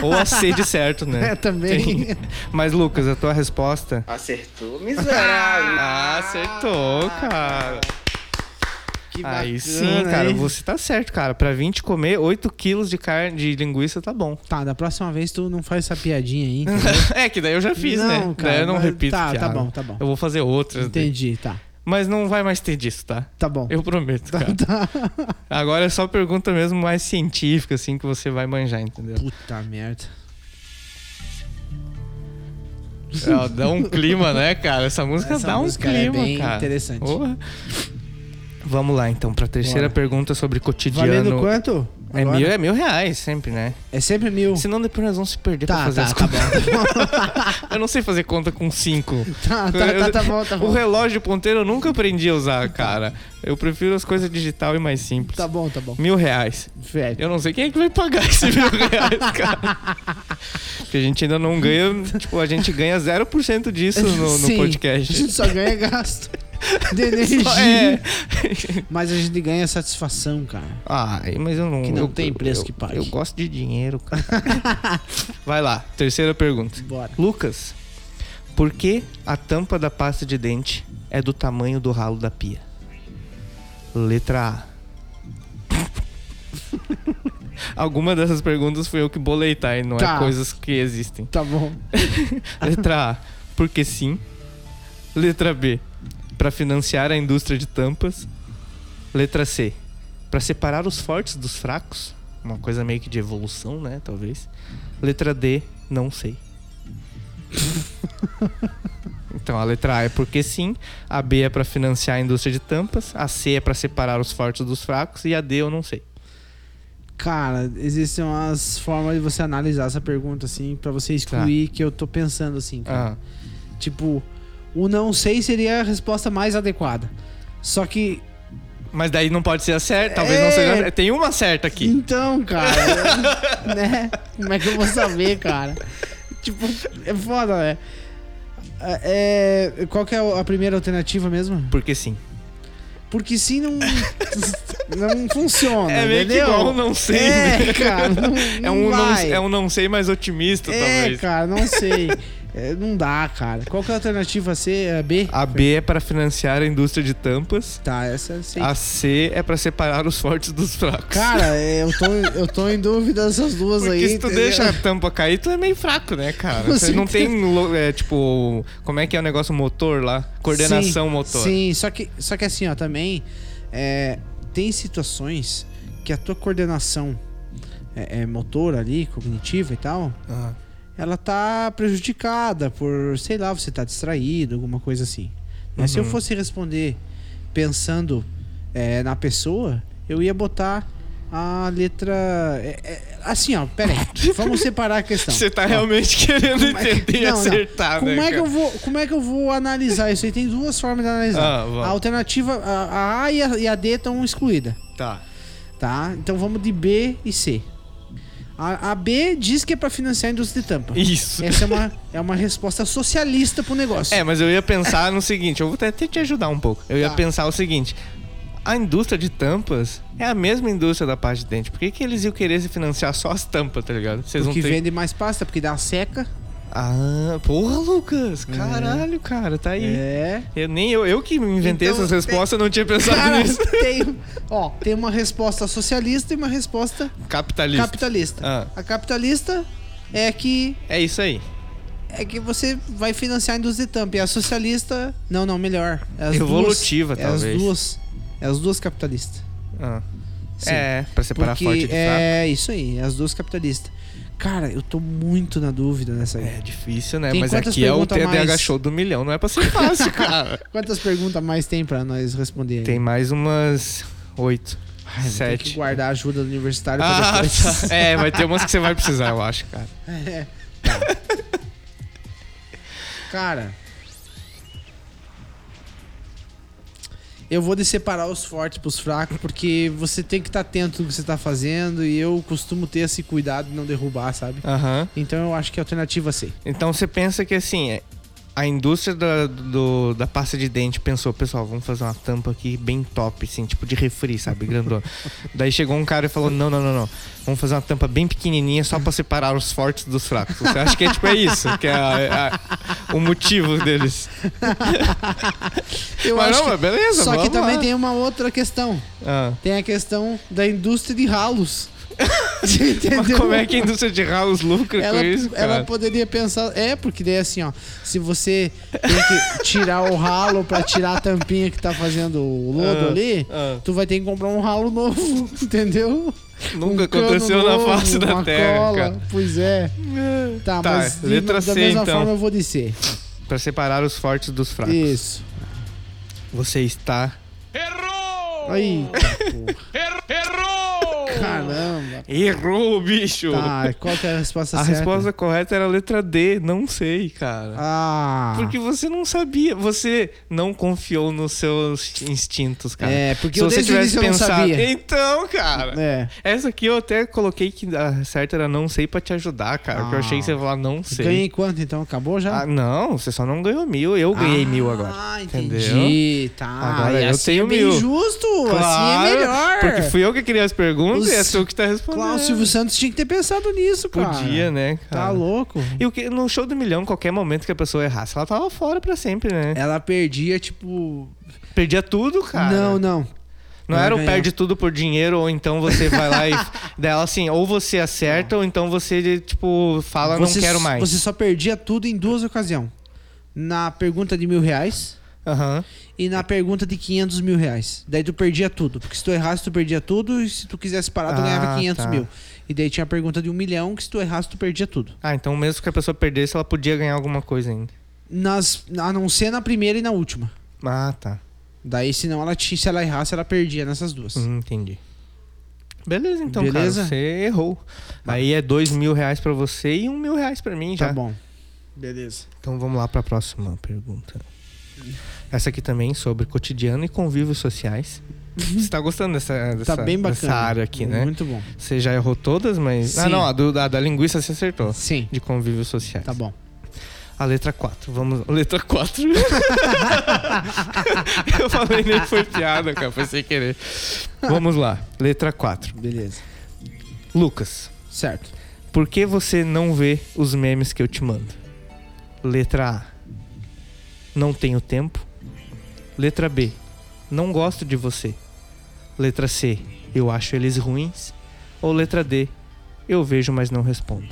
Ou a C de certo, né? É, também. Tem- Mas, Lucas, a tua resposta. Acertou, miserável. Ah, acertou, cara. Que Aí bacana, sim, cara, hein? você tá certo, cara. Pra 20 comer 8 quilos de carne de linguiça tá bom. Tá, da próxima vez tu não faz essa piadinha aí. é que daí eu já fiz, Não, né? cara, daí eu não mas- repito. tá, tá piada. bom, tá bom. Eu vou fazer outras. daí. Entendi, tá. Mas não vai mais ter disso, tá? Tá bom. Tá. Eu prometo, cara. Agora é só pergunta mesmo mais científica, assim, que você vai manjar, entendeu? Puta merda. Ela dá um clima, né, cara? Essa música Essa dá um música, ela é clima, bem cara. interessante. Porra. Vamos lá, então, pra terceira Bora. pergunta sobre Valendo cotidiano. quanto? é Agora? mil, é mil reais sempre, né? É sempre mil. Senão depois nós vamos se perder pra Tá, fazer tá, as tá contas. eu não sei fazer conta com cinco. Tá, tá, tá, tá bom, tá O bom. relógio ponteiro eu nunca aprendi a usar, cara. Eu prefiro as coisas digital e mais simples. Tá bom, tá bom. Mil reais. Velho. Eu não sei quem é que vai pagar esse mil reais, cara. Porque a gente ainda não ganha, tipo, a gente ganha 0% disso no, no Sim, A podcast. gente só ganha gasto de energia. Só é. Mas a gente ganha satisfação, cara. Ai, mas eu não. Que não eu- tem eu- preço eu- que pague. Eu gosto de dinheiro, cara. Vai lá, terceira pergunta. Bora. Lucas, por que a tampa da pasta de dente é do tamanho do ralo da pia? Letra A. Alguma dessas perguntas foi eu que bolei, tá? E não Tá. é coisas que existem. Tá bom. Letra A, porque sim. Letra B, para financiar a indústria de tampas. Letra C, para separar os fortes dos fracos. Uma coisa meio que de evolução, né? Talvez. Letra D, não sei. então a letra A é porque sim, a B é para financiar a indústria de tampas, a C é para separar os fortes dos fracos e a D eu não sei. Cara, existem umas formas de você analisar essa pergunta, assim, pra você excluir que eu tô pensando, assim, cara. Tá. Ah, Tipo, o não sei seria a resposta mais adequada. Só que. mas daí não pode ser a certa, talvez não seja. a certa. Tem uma certa aqui. Então, cara. né? Como é que eu vou saber, cara? Tipo, é foda, né? É, é- qual que é a primeira alternativa mesmo? Porque sim. Porque sim não. não funciona. É meio que entendeu? igual um não sei, É, né? cara. Não, É um, não, vai. é um não sei mais otimista, É, talvez. cara, não sei. É, não dá, cara. Qual que é a alternativa C? É B? A B é para financiar a indústria de tampas. Tá, essa eu sei. A C é para separar os fortes dos fracos. Cara, é, eu tô, eu tô em dúvida dessas duas Porque aí. se tu entendeu? deixa a tampa cair, tu é meio fraco, né, cara? Com Você não certeza. tem, lo- é, tipo, como é que é o negócio motor lá? Coordenação Sim, motor. Sim, só que, só que assim, ó, também é, tem situações que a tua coordenação é, é, motor ali, cognitiva e tal, Ah, ela tá prejudicada por, sei lá, você tá distraído, alguma coisa assim. Mas se eu Uhum. fosse responder pensando é, na pessoa, eu ia botar a letra. é, é, assim, ó, peraí. vamos separar a questão. Você tá realmente querendo entender e é Não, não. acertar, como né? é que eu cara? vou Como é que eu vou analisar isso aí? Tem duas formas de analisar. Ah, vamos. a alternativa, a, a A e a, e a D estão excluídas, Tá. tá? Então vamos de B e C. A, a B diz que é pra financiar a indústria de tampa. Isso. Essa é uma, é uma resposta socialista pro negócio. É, mas eu ia pensar no seguinte, eu vou até te ajudar um pouco. Eu ia Tá. pensar o seguinte. A indústria de tampas é a mesma indústria da pasta de dente. Por que, que eles iam querer se financiar só as tampas, tá ligado? Vocês vão porque ter. vende mais pasta, porque dá seca. Ah, porra, Lucas! Caralho, cara, tá aí. É. Eu, nem eu, eu que inventei Então, essas respostas, não tinha pensado Cara, nisso. tem, ó, tem uma resposta socialista e uma resposta Capitalista. capitalista. Ah. A capitalista é que É isso aí. é que você vai financiar a indústria de tampa. E a socialista, não, não, melhor. É as Evolutiva, duas, É talvez. as duas, é as duas capitalistas. Ah. Sim. É, pra separar Porque forte de fraco. é isso aí, é as duas capitalistas. Cara, eu tô muito na dúvida nessa aí. É difícil, né? Tem Mas quantas aqui é o perguntas TDAH mais? Show do milhão, não é pra ser fácil, cara. Quantas perguntas mais tem pra nós responder? aí? Tem mais umas oito, Ai, vou ter que sete. guardar a ajuda do universitário pra Ah, depois. tá. É, vai ter umas que você vai precisar, eu acho, cara. É. Cara. Eu vou de separar os fortes pros fracos, porque você tem que estar atento no que você tá fazendo e eu costumo ter esse cuidado de não derrubar, sabe? Aham. Então eu acho que a alternativa C. Então você pensa que assim, é- a indústria da, do- da pasta de dente pensou, pessoal, vamos fazer uma tampa aqui bem top, assim, tipo de refri, sabe? Grandona. Daí chegou um cara e falou: não, não, não, não. Vamos fazer uma tampa bem pequenininha só pra separar os fortes dos fracos. Você acha que é tipo é isso? Que é a- a- o motivo deles. Eu Mas acho não, mas beleza, Só que vamos também lá. tem uma outra questão. Ah. Tem a questão da indústria de ralos. Você Mas entendeu? como é que a indústria de ralos lucra ela, com isso, cara? ela poderia pensar. É, porque daí assim, ó. Se você tem que tirar o ralo pra tirar a tampinha que tá fazendo o lodo Ah, ali, ah. tu vai ter que comprar um ralo novo, entendeu? Nunca Um cano aconteceu na novo, face da uma Terra, cola. cara. Pois é. Tá, Tá, mas de- letra da C, mesma então. Tá. forma eu vou descer. Pra separar os fortes dos fracos. Isso. Você está Aí. Caramba. Errou, bicho! Tá, qual que é a resposta a certa? resposta correta era a letra D, não sei, cara. Ah. Porque você não sabia, você não confiou nos seus instintos, cara. É, porque Se eu você desde o tivesse início eu não pensado. sabia. Então, cara. É. Essa aqui eu até coloquei que a certa era não sei pra te ajudar, cara. Porque eu Ah. achei que você ia falar não sei. Ganhei quanto então? Acabou já? Ah, não, você só não ganhou mil, eu ganhei mil agora. Ah, entendeu? entendi. Tá. Agora E eu assim tenho é bem mil. justo. Claro, assim é melhor. Porque fui eu que criei as perguntas e é Os- tu que tá respondendo. Claro, o Silvio Santos tinha que ter pensado nisso, cara. Podia, né, cara? Tá louco. E o que, no show do milhão, qualquer momento que a pessoa errasse, ela tava fora pra sempre, né? Ela perdia, tipo. Perdia tudo, cara. Não, não. Não era o ganhar. perde tudo por dinheiro, ou então você vai lá e. dela assim, ou você acerta, ou então você, tipo, fala, Você- não quero mais. Você só perdia tudo em duas ocasiões: na pergunta de mil reais Aham. e na pergunta de 500 mil reais. Daí tu perdia tudo. Porque se tu errasse, tu perdia tudo. E se tu quisesse parar, tu Ah, ganhava 500 tá. mil. E daí tinha a pergunta de um milhão, que se tu errasse, tu perdia tudo. Ah, então mesmo que a pessoa perdesse, ela podia ganhar alguma coisa ainda. Nas, a não ser na primeira e na última. Ah, tá. Uhum. Daí, senão ela tinha, se ela errasse, ela perdia nessas duas. Hum, entendi. Beleza, então, Beleza? cara. Você errou. Aí é dois mil reais pra você e um mil reais pra mim já. Tá bom. Beleza. Então vamos lá pra próxima pergunta. Essa aqui também sobre cotidiano e convívios sociais. Você tá gostando dessa, dessa, Uhum. tá bem bacana. dessa área aqui, né? Muito bom. Você já errou todas, mas. Ah, Sim. não, a, do- a da linguiça você acertou. Sim. De convívios sociais. Tá bom. A letra 4. Vamos. Letra 4. Eu falei, nem foi piada, cara. Foi sem querer. Vamos lá. Letra 4. Beleza. Lucas, Certo. por que você não vê os memes que eu te mando? Letra A. Não tenho tempo. Letra B. Não gosto de você. Letra C. Eu acho eles ruins. Ou letra D. Eu vejo, mas não respondo.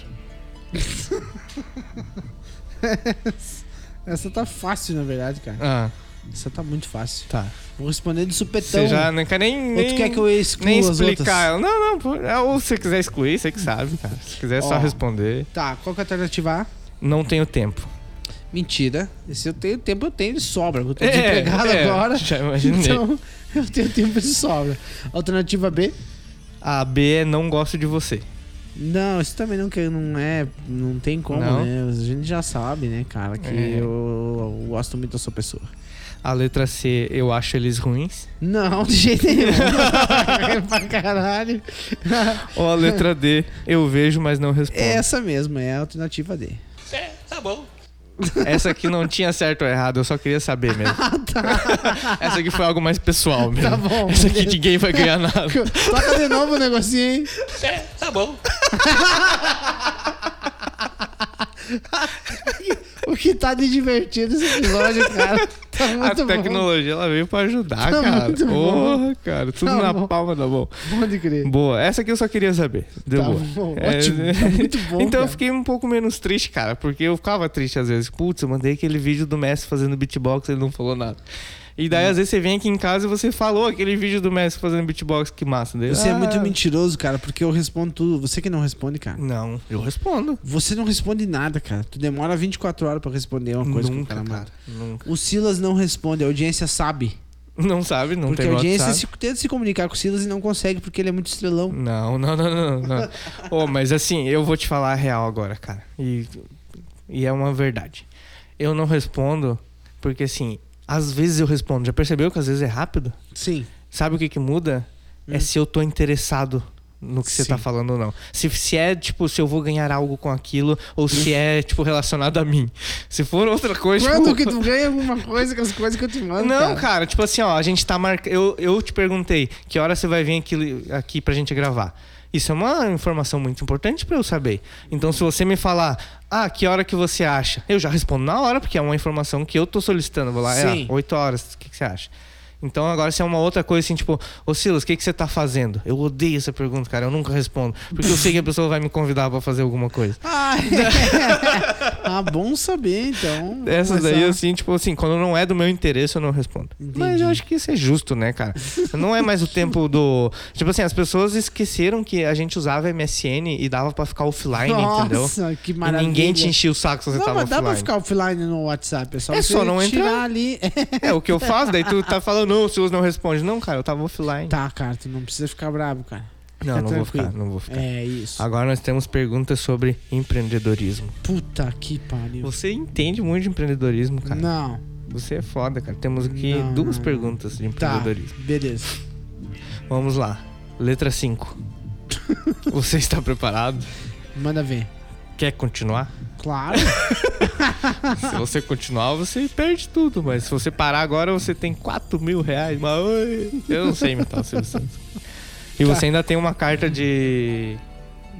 Essa tá fácil, na verdade, cara. Ah, Essa tá muito fácil. tá. Vou responder de supetão. Você já não quer nem. Ou tu nem- Então, quer que eu exclua Nem as explicar. outras? ela. Não, não. pô. é, Ou se você quiser excluir, você que sabe, cara. Se quiser é Ó. só responder. Tá, qual que é a alternativa A? Não tenho tempo. Mentira. Esse eu tenho tempo, eu tenho de sobra. Eu tô desempregado é, agora. Já imaginei. Então, eu tenho tempo de sobra. Alternativa B? A B é não gosto de você. Não, isso também não, que- não é. Não tem como, Não. né? A gente já sabe, né, cara, que É. eu, eu gosto muito da sua pessoa. A letra C, eu acho eles ruins. Não, de jeito nenhum. pra caralho. Ou a letra D, eu vejo, mas não respondo. É essa mesmo, é a alternativa D. Essa aqui não tinha certo ou errado, eu só queria saber mesmo. Essa aqui foi algo mais pessoal mesmo. Tá bom. Essa aqui ninguém vai ganhar nada. Toca de novo o negocinho, hein? tá bom. o que tá de divertido esse episódio, cara. Tá A muito bom. tecnologia, ela veio pra ajudar, Tá cara. muito bom. Porra, cara. Tudo Tá na bom. palma da mão. Pode crer. Boa. Essa aqui eu só queria saber. Deu Tá boa. É, bom, ótimo, tá muito bom, Então cara. eu fiquei um pouco menos triste, cara, porque eu ficava triste às vezes. Putz, eu mandei aquele vídeo do Messi fazendo beatbox e ele não falou nada. E daí às vezes você vem aqui em casa e você falou aquele vídeo do Messi fazendo beatbox, que massa. Daí, Você é ah, muito mentiroso, cara, porque eu respondo tudo. Você que não responde, cara. Não, eu respondo. Você não responde nada, cara. Tu demora 24 horas pra responder uma coisa Nunca, que o cara manda. cara. Nunca. O Silas não responde, a audiência sabe. Não sabe, não Porque a tem audiência WhatsApp. se, tenta se comunicar com o Silas e não consegue, porque ele é muito estrelão. Não, não, não, não, não. Ô, mas assim, eu vou te falar a real agora, cara. E, e é uma verdade. Eu não respondo porque, assim, às vezes eu respondo. Já percebeu que às vezes é rápido? Sim. Sabe o que que muda? É se eu tô interessado no que você tá Hum. Sim. falando ou não. Se, se é, tipo, se eu vou ganhar algo com aquilo ou se é, tipo, relacionado a mim. Se for outra coisa... Quanto tipo, que tu ganha alguma coisa com as coisas que eu te mando? não, cara. cara, tipo assim, ó, a gente tá marcando. Eu, eu te perguntei que hora você vai vir aqui, aqui pra gente gravar. Isso é uma informação muito importante pra eu saber. Então, se você me falar, ah, que hora que você acha? Eu já respondo na hora, porque é uma informação que eu tô solicitando. Vou lá, Sim. é, ah, 8 horas, o que, que você acha? Então, agora, se é uma outra coisa assim, tipo, ô Silas, o que, que você tá fazendo? Eu odeio essa pergunta, cara, eu nunca respondo. Porque eu sei que a pessoa vai me convidar pra fazer alguma coisa. Ah, é. ah, bom saber, então. Essas Começar. daí, assim, tipo assim, quando não é do meu interesse, eu não respondo. Mas eu acho que isso é justo, né, cara? Não é mais o tempo do. Tipo assim, as pessoas esqueceram que a gente usava MSN e dava pra ficar offline, Nossa, entendeu? que E maravilha. ninguém te enchia o saco se você Não, tava mas dá pra offline. ficar offline no WhatsApp. É só, É você só não tirar entrar. ali. É o que eu faço, daí tu tá falando, não, o Silas não responde. Não, cara, eu tava offline. Tá, cara, tu não precisa ficar bravo, cara. Não, Fica não vou tranquilo. ficar, não vou ficar. É isso. Agora nós temos perguntas sobre empreendedorismo. Puta que pariu. Você entende muito de empreendedorismo, cara. Não. Você é foda, cara. Temos aqui Não, duas não. perguntas de Tá, empreendedorismo. beleza. Vamos lá. Letra 5. Você está preparado? Manda ver. Quer continuar? Claro. Se você continuar, você perde tudo. Mas se você parar agora, você tem 4 mil reais. Mas oi, eu não sei imitar o Silvio Santos. E você ainda tem uma carta de,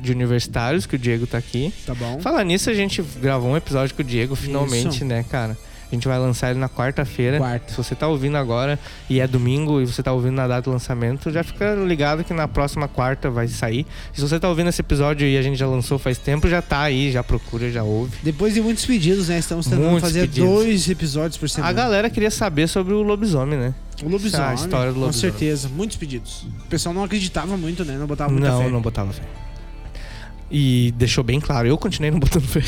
de universitários, que o Diego tá aqui. Tá bom. Falar nisso, a gente gravou um episódio com o Diego, finalmente, Isso. né, cara? A gente vai lançar ele na quarta-feira. Quarta. Se você tá ouvindo agora e é domingo e você tá ouvindo na data do lançamento, já fica ligado que na próxima quarta vai sair. Se você tá ouvindo esse episódio e a gente já lançou faz tempo, já tá aí, já procura, já ouve. Depois de muitos pedidos, né? Estamos tentando Muitos fazer pedidos. dois episódios por semana. A galera queria saber sobre o lobisomem, né? O lobisomem. Ah, a história do Com lobisomem. certeza. Muitos pedidos. O pessoal não acreditava muito, né? Não botava muita não, fé. não botava fé. E deixou bem claro, eu continuei não botando fé.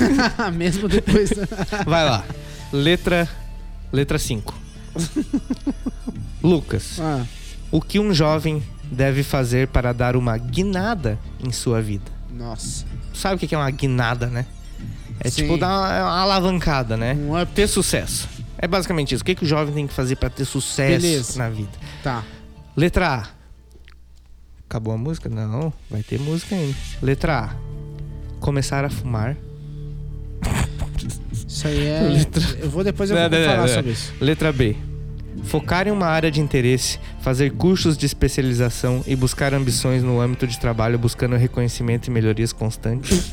Mesmo depois. Vai lá. Letra letra 5. Lucas, ah, o que um jovem deve fazer para dar uma guinada em sua vida? Nossa. Sabe o que que é uma guinada, né? É Sim. tipo dar uma, uma alavancada, né? Um up. Ter sucesso. É basicamente isso. O que, que o jovem tem que fazer para ter sucesso Beleza. na vida? Tá. Letra A. Acabou a música? Não, vai ter música ainda. Letra A. Começar a fumar. Isso aí é. Letra- Eu vou depois eu Não, vou não, falar não, não. sobre isso. né, Letra B. Focar em uma área de interesse, fazer cursos de especialização e buscar ambições no âmbito de trabalho, buscando reconhecimento e melhorias constantes.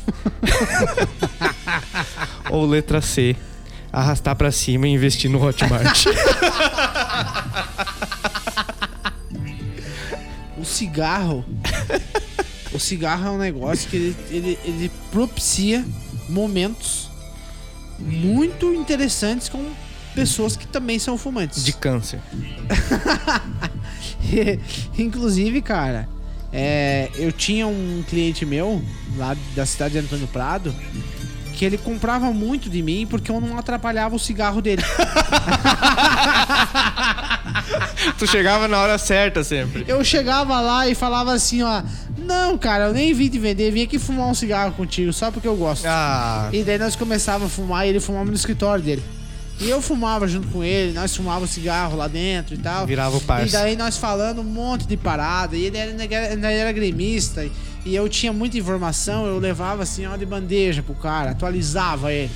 Ou letra C. Arrastar pra cima e investir no Hotmart. O cigarro. o cigarro é um negócio que ele, ele, ele propicia momentos muito interessantes com pessoas que também são fumantes. de câncer. Inclusive, cara, é, eu tinha um cliente meu lá da cidade de Antônio Prado que ele comprava muito de mim porque eu não atrapalhava o cigarro dele. Tu chegava na hora certa sempre. Eu chegava lá e falava assim, ó, não, cara, eu nem vim te vender, vim aqui fumar um cigarro contigo só porque eu gosto. Ah, E daí nós começava a fumar e ele fumava no escritório dele. E eu fumava junto com ele, nós fumávamos cigarro lá dentro e tal. Virava o E parça. daí nós falando um monte de parada. E ele era, ele era gremista. E eu tinha muita informação, eu levava assim, ó, de bandeja pro cara, atualizava ele.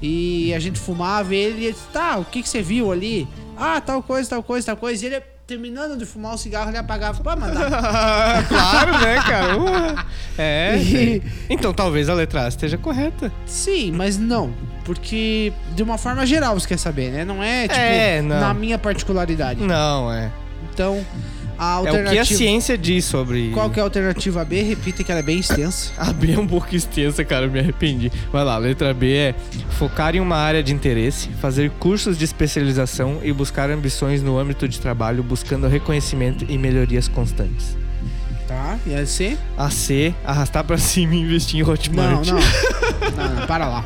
E a gente fumava e ele ia dizer, tá, o que, que você viu ali? Ah, tal coisa, tal coisa, tal coisa. E ele, terminando de fumar o cigarro, ele apagava. Pô, tá mandar. claro, né, cara? Uh, É. E- Então talvez a letra A esteja correta. Sim, mas não. Porque de uma forma geral você quer saber, né? Não é, tipo, É, não. na minha particularidade. Não, é. Então, a É o que a alternativa. ciência diz sobre. Qual que é a alternativa B? Repita que ela é bem extensa. A B é um pouco extensa, cara, eu me arrependi. Vai lá, letra B é focar em uma área de interesse, fazer cursos de especialização e buscar ambições no âmbito de trabalho, buscando reconhecimento e melhorias constantes. Tá? E a C? A C, arrastar pra cima e investir em Não, Hotmart. não. não, não, para lá.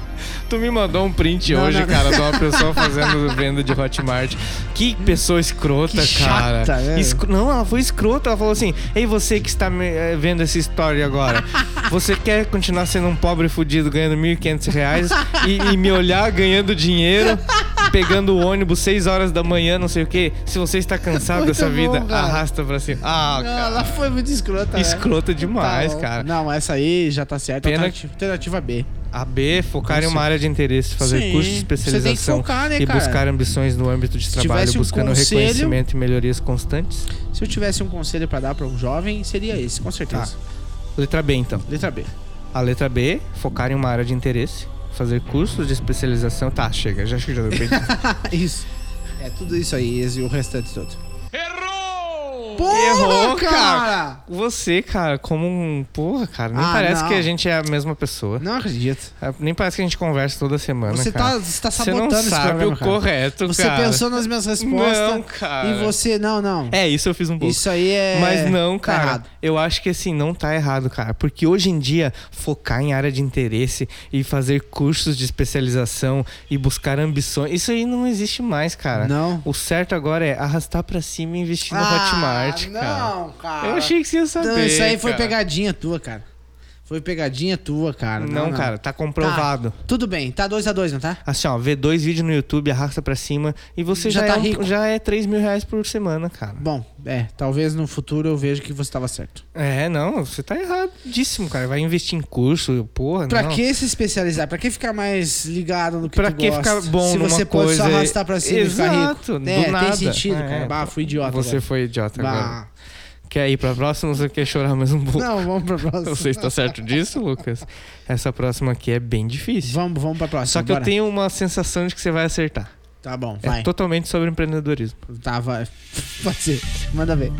Tu me mandou um print Não, hoje, não, não. cara, de uma pessoa fazendo venda de Hotmart. Que pessoa escrota, Que cara. chata, né? Escro- Não, ela foi escrota. Ela falou assim: Ei, você que está me- eh, vendo essa história agora, você quer continuar sendo um pobre fudido ganhando 1.500 reais e, e me olhar ganhando dinheiro, pegando o ônibus 6 horas da manhã, não sei o quê? Se você está cansado Muito dessa bom, vida, cara. arrasta pra cima. Ah, Não, cara. ela foi muito escrota. né? Escrota demais, Tá bom. cara. Não, essa aí já tá certa. Pena- Alternativa, alternativa B. A B, focar em uma área de interesse, fazer Então, Sim, cursos de você tem que especialização focar, né, e cara? buscar ambições no âmbito de Se trabalho, tivesse um buscando conselho- reconhecimento e melhorias constantes. Se eu tivesse um conselho pra dar pra um jovem, seria esse, com certeza. Tá. Letra B, então. Letra B. A letra B, focar em uma área de interesse, fazer cursos de especialização. Tá, chega, já acho que já deu bem. isso. É tudo isso aí, esse e o restante todo. Errou! Errou, Porra, cara! cara! Você, cara, como um. Porra, cara, nem Ah, parece não. que a gente é a mesma pessoa. É, Não acredito. Nem parece que a gente conversa toda semana. Você cara. tá, você tá Você não sabotando esse sabe programa, o cara. correto, Você cara. pensou nas minhas respostas. Não, cara. E você, não, não. É, isso eu fiz um pouco. Isso aí é. Mas não, tá cara. errado. eu acho que assim, não tá errado, cara. Porque hoje em dia, focar em área de interesse e fazer cursos de especialização e buscar ambições, isso aí não existe mais, cara. Não. Ah, O certo agora é arrastar pra cima e investir no Hotmart, cara. Não, cara. Eu achei que você ia saber. Não, Então, isso aí foi cara. pegadinha tua, cara. Foi pegadinha tua, cara. Não, Não, não. cara, tá comprovado. Tá, tudo bem, tá 2 a 2 não tá? Assim, ó, vê dois vídeos no YouTube, arrasta pra cima e você já, Já tá é, um- rico. já é 3 mil reais por semana, cara. Bom, é, talvez no futuro eu veja que você tava certo. É, não, você tá erradíssimo, cara. Vai investir em curso, porra, Pra não. que se especializar? Pra que ficar mais ligado no que Pra tu que gosta? ficar bom Se numa você pode só coisa- arrastar pra cima e Exato, ficar rico. do é, nada. tem sentido, É, cara. Bah, fui idiota. Você velho. foi idiota agora. Bah. Quer ir pra próxima ou você quer chorar mais um pouco? Não, vamos pra próxima. Você está tá certo disso, Lucas? Essa próxima aqui é bem difícil. Vamos, vamos pra próxima. Só que eu bora. tenho uma sensação de que você vai acertar. Tá bom, vai. É totalmente sobre empreendedorismo. Tá, vai. Pode ser. Manda ver.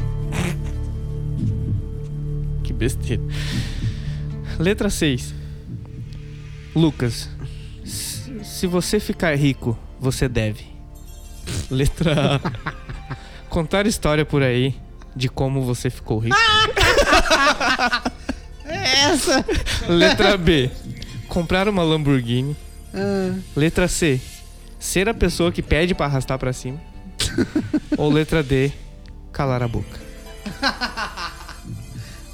Que besteira. Letra 6. Lucas, se se você ficar rico, você deve. Letra A. Contar história por aí de como você ficou rico. É Essa! Letra B. Comprar uma Lamborghini. Ah, Letra C. Ser a pessoa que pede pra arrastar pra cima. Ou letra D. Calar a boca.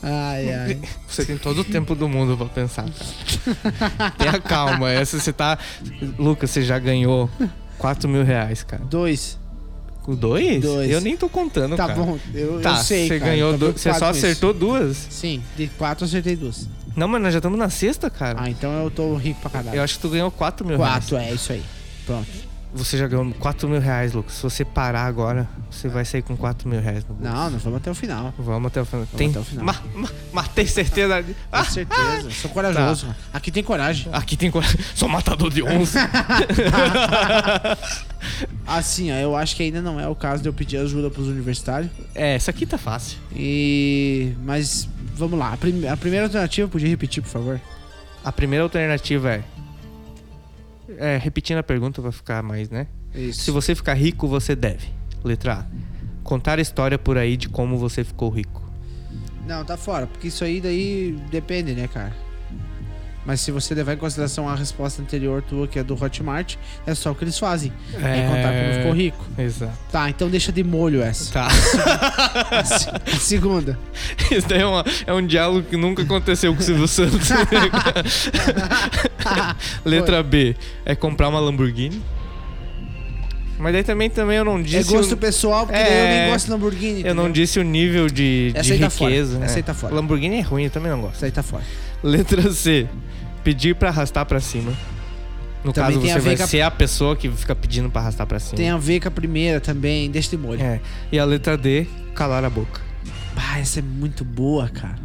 Ai, ai. Você tem todo o tempo do mundo pra pensar. Tenha calma. Essa você tá. Lucas, você já ganhou 4 mil reais, cara. Dois. Com dois? Dois. Eu nem tô contando, Tá cara. bom, eu, Tá, eu sei. você cara, ganhou tô dois. Você preocupado só com isso. acertou duas? Sim, de quatro eu acertei duas. Não, mas nós já estamos na sexta, cara. Ah, então eu tô rico pra caralho. Tá. Eu acho que tu ganhou 4 mil reais. Quatro, é isso aí. Pronto. Você já ganhou 4 mil reais, Lucas. Se você parar agora, você vai sair com 4 mil reais no bolso. Não, nós vamos até o final. Vamos até o final. Tem... até o final. Ma- ma- mas tem certeza ali. Com certeza. Sou Tá. corajoso. Aqui tem coragem. Aqui tem coragem. Sou matador de onze. Assim, ó, eu acho que ainda não é o caso de eu pedir ajuda pros universitários. é, isso aqui tá fácil. E. Mas vamos lá. A, prime- a primeira alternativa, podia repetir, por favor? A primeira alternativa é. É, repetindo a pergunta pra ficar mais, né? Isso. Se você ficar rico, você deve. Letra A. Contar a história por aí de como você ficou rico. Não, tá fora, porque isso aí daí depende, né, cara? Mas se você levar em consideração a resposta anterior tua, que é do Hotmart, é só o que eles fazem. É, É. contar como ficou rico. Exato. Tá, então deixa de molho essa. Tá. A se- a segunda. Isso daí é, uma- é um diálogo que nunca aconteceu com o Silvio Santos. Letra B. É comprar uma Lamborghini. Mas daí também, também eu não É disse. gosto o- pessoal, porque É. daí eu nem gosto de Lamborghini. Eu não entendeu? disse o nível de, de Essa aí tá fora. riqueza. Essa é. aí tá fora. Lamborghini é ruim, eu também não gosto. Isso aí tá fora. Letra C. Pedir pra arrastar pra cima. No Também caso, tem a você ver vai com a- ser a pessoa que fica pedindo pra arrastar pra cima. Tem a ver com a primeira também, deixa de molho. É. E a letra D, calar a boca. Bah, essa é muito boa, cara.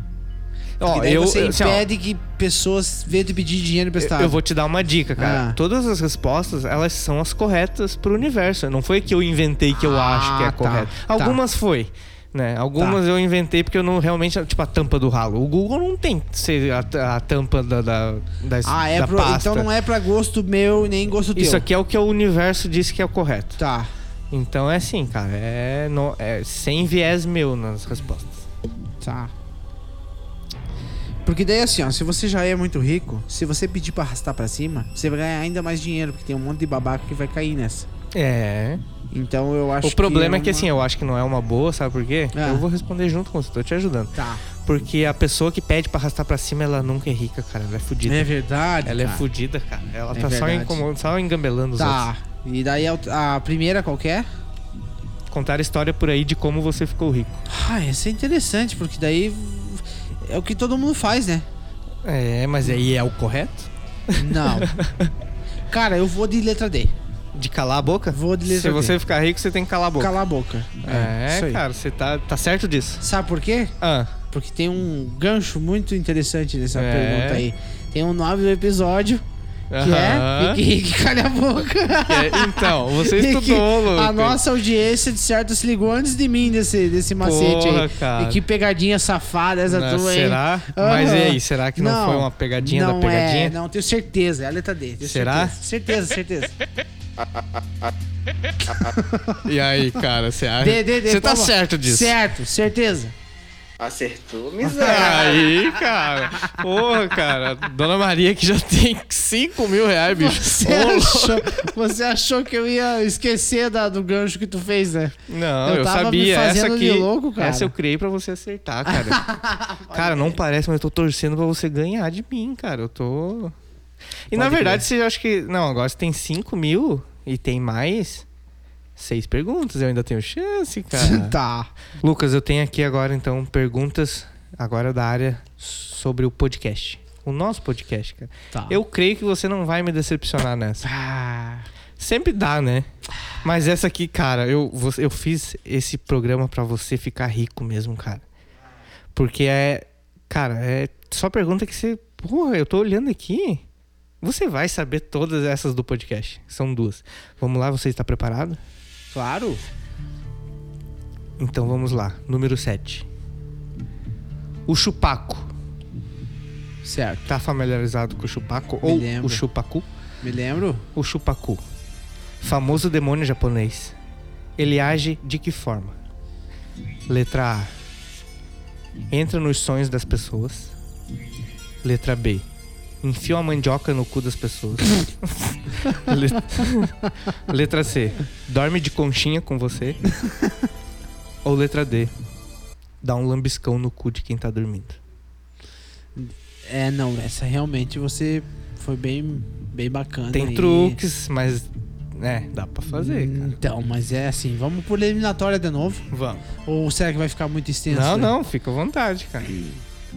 Ó, e daí eu, você eu- assim, ó, impede que pessoas venham te pedir dinheiro emprestado. eu vou te dar uma dica, cara. Ah. Todas as respostas, elas são as corretas pro universo. Não foi que eu inventei que eu Ah, acho que é tá, correto. tá. Algumas foi. Né? Algumas eu inventei porque eu não realmente. Tipo, a tampa do ralo. O Google não tem que ser a, a tampa da, da, da, Ah, é assim, da pro... pasta. então não é pra gosto meu e nem gosto teu. Isso aqui é o que o universo disse que é o correto. Tá. Então é assim, cara. É, no- é sem viés meu nas respostas. Tá. Porque daí assim, ó, se você já é muito rico, se você pedir pra arrastar pra cima, você vai ganhar ainda mais dinheiro, porque tem um monte de babaca que vai cair nessa. É. Então eu acho o problema é que uma- assim, eu acho que não é uma boa, sabe por quê? É. Eu vou responder junto com você, tô te ajudando. Tá. Porque a pessoa que pede pra arrastar pra cima, ela nunca é rica, cara. Ela é fudida. É verdade. ela é cara. fudida, cara. Ela É tá só, verdade. incomod... só engambelando os Tá. E daí a outra- a primeira é? qualquer? outros. Contar a história por aí de como você ficou rico. Ah, essa é interessante, porque daí é o que todo mundo faz, né? É, mas aí é o correto? Não. Cara, eu vou de letra D. De calar a boca? Vou de Se letra você D. ficar rico, você tem que calar a boca. Cala a boca. isso É, aí. cara, você tá, tá certo disso. Sabe por quê? Ah, Porque tem um gancho muito interessante nessa É. pergunta aí. Tem um nome do episódio que é Aham. Fique Rico e Calha a Boca. É, então, você E que estudou, Lucas. A nossa audiência, de certo, se ligou antes de mim desse, desse macete Porra, aí. cara. E que pegadinha safada essa Não, tua, hein? será? Mas e Aham. aí, será que não foi uma pegadinha da não pegadinha? É, não, tenho certeza. É a letra D. tenho Será? Certeza, certeza. certeza. E aí, cara, você acha? D, D, D. Você tá por favor. certo disso. Certo, certeza. Acertou, miséria. Aí, cara. Porra, cara. Dona Maria que já tem 5 mil reais, bicho. Você Ô, louco. achou, você achou que eu ia esquecer da- do gancho que tu fez, né? Não, Eu eu, tava me sabia. fazendo Essa de aqui. louco, cara. Essa eu criei pra você acertar, cara. cara, não parece, mas eu tô torcendo pra você ganhar de mim, cara. Eu tô. E na verdade, você acha que. Não, agora você tem 5 mil e tem mais. Seis perguntas, eu ainda tenho chance, cara. Tá. Lucas, eu tenho aqui agora então perguntas agora da área sobre o podcast. O nosso podcast, cara. Tá. Eu creio que você não vai me decepcionar nessa. Ah, Sempre dá, né? Mas essa aqui, cara, eu, você- eu fiz esse programa pra você ficar rico mesmo, cara. Porque é. Cara, é só pergunta que você. Porra, eu tô olhando aqui. Você vai saber todas essas do podcast. São duas. Vamos lá, você está preparado? claro. Então vamos lá. Número 7. O chupaco. Certo. Tá familiarizado com o chupaco? Me ou lembro. o chupacu? Me lembro? O chupacu. Famoso demônio japonês. Ele age de que forma? Letra A. Entra nos sonhos das pessoas. Letra B. Enfia a mandioca no cu das pessoas. Letra... Letra C. Dorme de conchinha com você. Ou letra D. dar um lambiscão no cu de quem tá dormindo. É, não, essa realmente você foi bem, bem bacana. Tem aí. truques, mas. É, dá pra fazer, cara. Então, mas é assim, vamos por eliminatória de novo? Vamos. Ou será que vai ficar muito extenso? Não, né? não, fica à vontade, cara.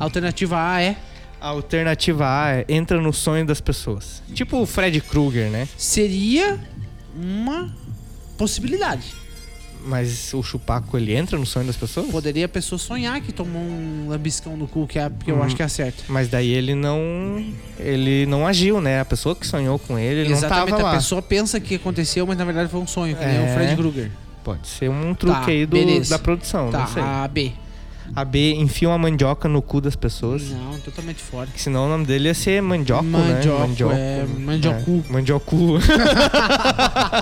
Alternativa A é A alternativa A é entra no sonho das pessoas. Tipo o Fred Krueger, né? seria uma possibilidade. Mas o chupaco, ele entra no sonho das pessoas? Poderia a pessoa sonhar que tomou um lambiscão no cu, que, é, que eu Uhum. acho que é certo. Mas daí ele não. Ele não agiu, né? A pessoa que sonhou com ele, ele Exatamente, não tava a lá. pessoa pensa que aconteceu, mas na verdade foi um sonho, que nem É. o Fred Krueger. Pode ser um truque Tá, aí do- beleza. da produção, não sei. Tá, a B. A B enfia uma mandioca no cu das pessoas. Não, totalmente fora. Que senão o nome dele ia ser mandioco, Mandioco, né? Mandioco. é, mandiocu. É, mandiocu.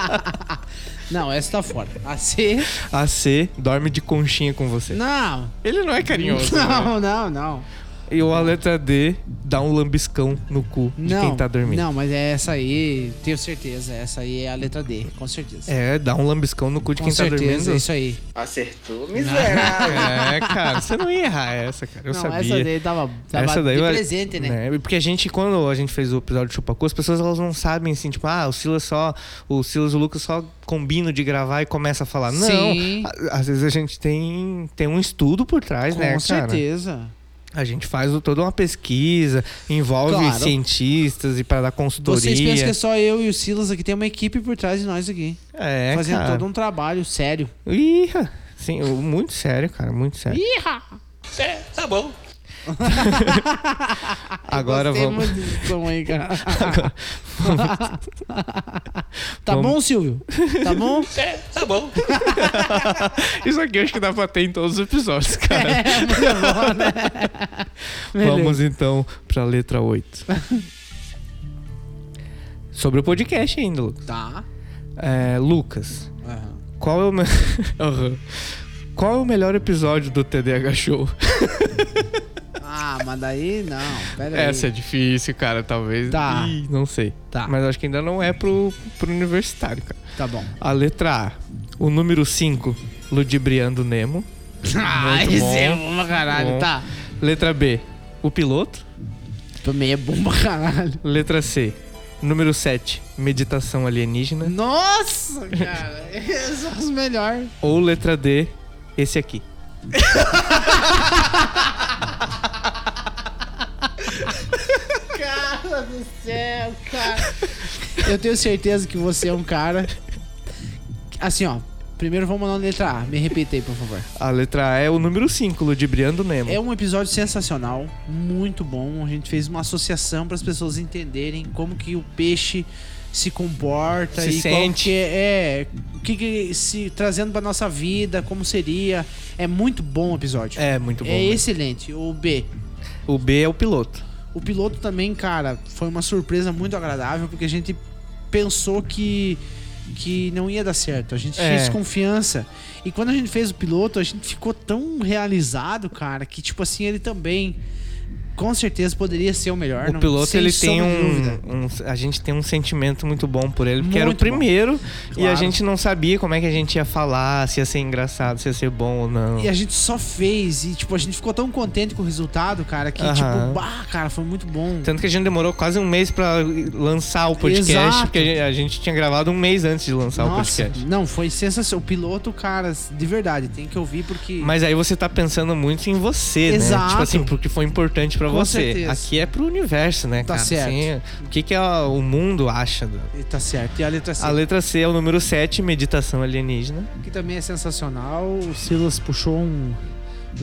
Não, essa tá fora. A C. A C dorme de conchinha com você. Não. Ele não é carinhoso. né? Não, não, não. E o a letra D dá um lambiscão no cu de não, quem tá dormindo. Não, mas é essa aí, tenho certeza. Essa aí é a letra D, com certeza. É, dá um lambiscão no cu de com quem certeza, tá dormindo. é isso aí. Acertou, miserável. É, cara, você não ia errar essa, cara. Eu não, sabia. essa daí tava, tava Essa daí de eu- presente, né? Porque a gente, quando a gente fez o episódio de Chupacu, as pessoas elas não sabem assim, tipo, ah, o Silas só. O Silas e o Lucas só combinam de gravar e começa a falar. Não. Sim. a- Às vezes a gente tem, tem um estudo por trás, Com né, cara? certeza. A gente faz o- toda uma pesquisa, envolve Claro. cientistas e para dar consultoria. Vocês pensam que é só eu e o Silas aqui, tem uma equipe por trás de nós aqui. É, fazendo cara. todo um trabalho sério. Ih, sim, eu- muito sério, cara, muito sério. tá Agora Gostei vamos. muito desse som aí, cara. Agora, Tá Vamos. bom, Silvio? Tá bom? Isso aqui eu acho que dá pra ter em todos os episódios, cara. É, muito bom, né? Beleza. Vamos então pra letra 8. Sobre o podcast ainda, Lucas. Tá. É, Lucas, Aham. qual é o. me- Aham. Qual é o melhor episódio do TDH Show? Ah, mas daí não. Pera aí. Essa é difícil, cara, talvez. Tá. Ih, não sei. Tá. Mas acho que ainda não é pro, pro universitário, cara. Tá bom. A letra A. O número 5, Ludibriando Nemo. Ah, Muito esse bom. é bom pra caralho. Bom. Tá. Letra B, o piloto. Também é bom pra caralho. Letra C, número 7, meditação alienígena. Nossa, cara. Esses são os melhores. Ou letra D, esse aqui. Cara do céu, cara. Eu tenho certeza que você é um cara. Assim, ó. Primeiro vamos na letra A. Me repita aí, por favor. A letra A é o número 5, Ludibriando Nemo. É um episódio sensacional, muito bom. A gente fez uma associação para as pessoas entenderem como que o peixe se comporta Se e qual sente. que é, é, o que, que se trazendo para nossa vida, como seria. É muito bom o episódio. É, muito bom. É né? excelente. O B, O B é o piloto. o piloto também, cara, foi uma surpresa muito agradável, porque a gente pensou que, que não ia dar certo. A gente É. tinha desconfiança. E quando a gente fez o piloto, a gente ficou tão realizado, cara, que, tipo assim, ele também. Com certeza poderia ser o melhor. O não- piloto, sem ele tem sombra de dúvida. um, um- A gente tem um sentimento muito bom por ele, porque era o Muito bom. primeiro e a Claro. gente não sabia como é que a gente ia falar, se ia ser engraçado, se ia ser bom ou não. E a gente só fez. E, tipo, a gente ficou tão contente com o resultado, cara, que, Aham. tipo, bah, cara, foi muito bom. Hum. Tanto que a gente demorou quase um mês pra lançar o podcast, Exato. porque a gente, a gente tinha gravado um mês antes de lançar o Nossa, podcast. não, foi sensacional. O piloto, cara, de verdade, tem que ouvir porque. Mas aí você tá pensando muito em você, né? Exato. Tipo assim, porque foi importante pra Com você. certeza. Aqui é pro universo, né, Tá cara? certo. Assim, o que, que a- o mundo acha? do- Tá certo. E a letra C. A letra C é o número 7, meditação alienígena. que também é sensacional. O Silas puxou um,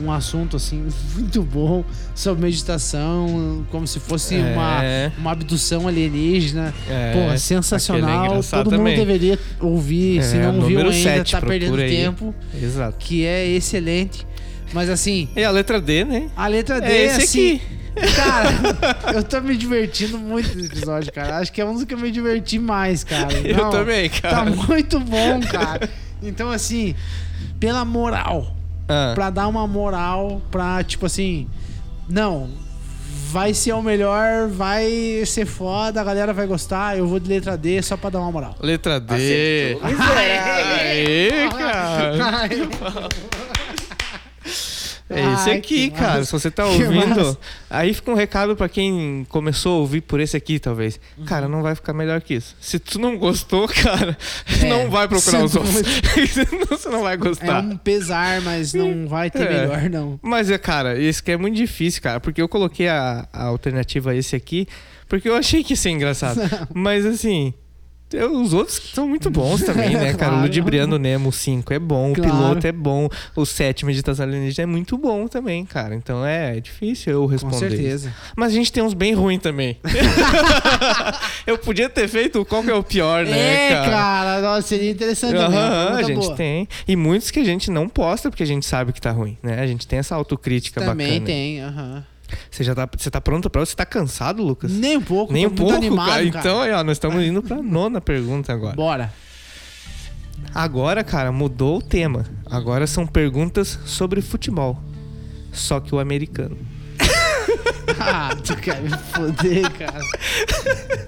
um assunto assim muito bom sobre meditação, como se fosse É. uma, uma abdução alienígena. É, Pô, aquele é sensacional. engraçado Todo também. mundo deveria ouvir. Se É, não ouviu número ainda, sete, tá perdendo procura aí. tempo, Exato. que é excelente. Mas assim, E a letra D, né? a letra D É esse assim, aqui. Cara, eu tô me divertindo muito nesse episódio, cara. Acho que é um dos que eu me diverti mais, cara. Eu Não, também, Tá cara. muito bom, cara. Então, assim, pela moral, Ah, pra dar uma moral pra, tipo assim, não, vai ser o melhor, vai ser foda, a galera vai gostar, eu vou de letra D só pra dar uma moral. Letra D. Aê, cara. É esse Ai, aqui, que cara. massa. Se você tá Que ouvindo, massa. aí fica um recado pra quem começou a ouvir por esse aqui, talvez. Uhum. Cara, não vai ficar melhor que isso. Se tu não gostou, cara, não vai procurar você É, os não outros. Senão você não vai É gostar. um pesar, mas não vai ter É. melhor, não. Mas, é, cara, esse aqui é muito difícil, cara. Porque eu coloquei a, a alternativa a esse aqui, porque eu achei que ia ser engraçado. Mas, assim, eu- os outros são muito bons também, né, cara? Claro. O Ludibriando Nemo 5 é bom, Claro. o Piloto é bom, o 7 Meditação Alienígena é muito bom também, cara. Então, é, é difícil eu Com responder. certeza. Mas a gente tem uns bem ruins também. eu podia ter feito qual que é o pior, né, É, cara, nossa, seria interessante Aham, né, também. aham, a Pergunta gente boa. tem. E muitos que a gente não posta porque a gente sabe que tá ruim, né? A gente tem essa autocrítica Também Tá bacana. tem, aham. Você já tá, você tá pronto pra outra? Você tá cansado, Lucas? Nem um pouco, Nem tô um muito pouco, animado, cara. cara. Então, aí, ó, nós estamos indo pra nona pergunta agora. Bora. Agora, cara, mudou o tema. Agora são perguntas sobre futebol. Só que o americano. Ah, tu quer me foder, cara.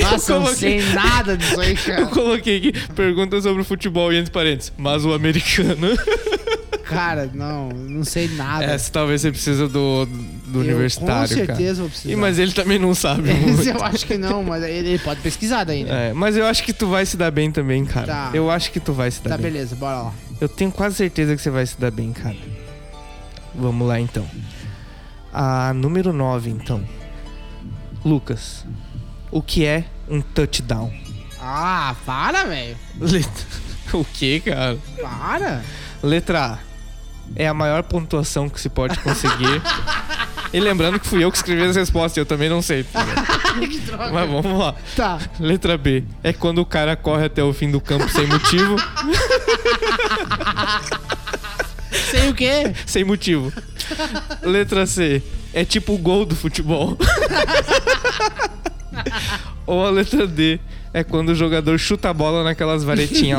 Nossa, eu não coloquei- sei nada disso aí, Eu cara. coloquei aqui perguntas sobre futebol e entre parênteses, mas o americano. Cara, não, não sei nada. Essa É, talvez você precisa do, do Eu universitário, Com certeza cara. vou precisar. E, mas ele também não sabe. Mas É, muito. eu acho que não, mas ele, ele pode pesquisar daí, né? É, mas eu acho que tu vai se dar bem também, cara. Tá. Eu acho que tu vai se dar Tá, bem. beleza, bora lá. Eu tenho quase certeza que você vai se dar bem, cara. Vamos lá então. A número 9, então. Lucas, o que é um touchdown? Ah, para, velho. Letra... O que, cara? Para. Letra A. É a maior pontuação que se pode conseguir. e lembrando que fui eu que escrevi essa resposta, eu também não sei. Mas vamos lá. Tá. Letra B. É quando o cara corre até o fim do campo sem motivo. Sei o quê? sem motivo. Letra C. É tipo o gol do futebol. Ou a letra D. É quando o jogador chuta a bola naquelas varetinhas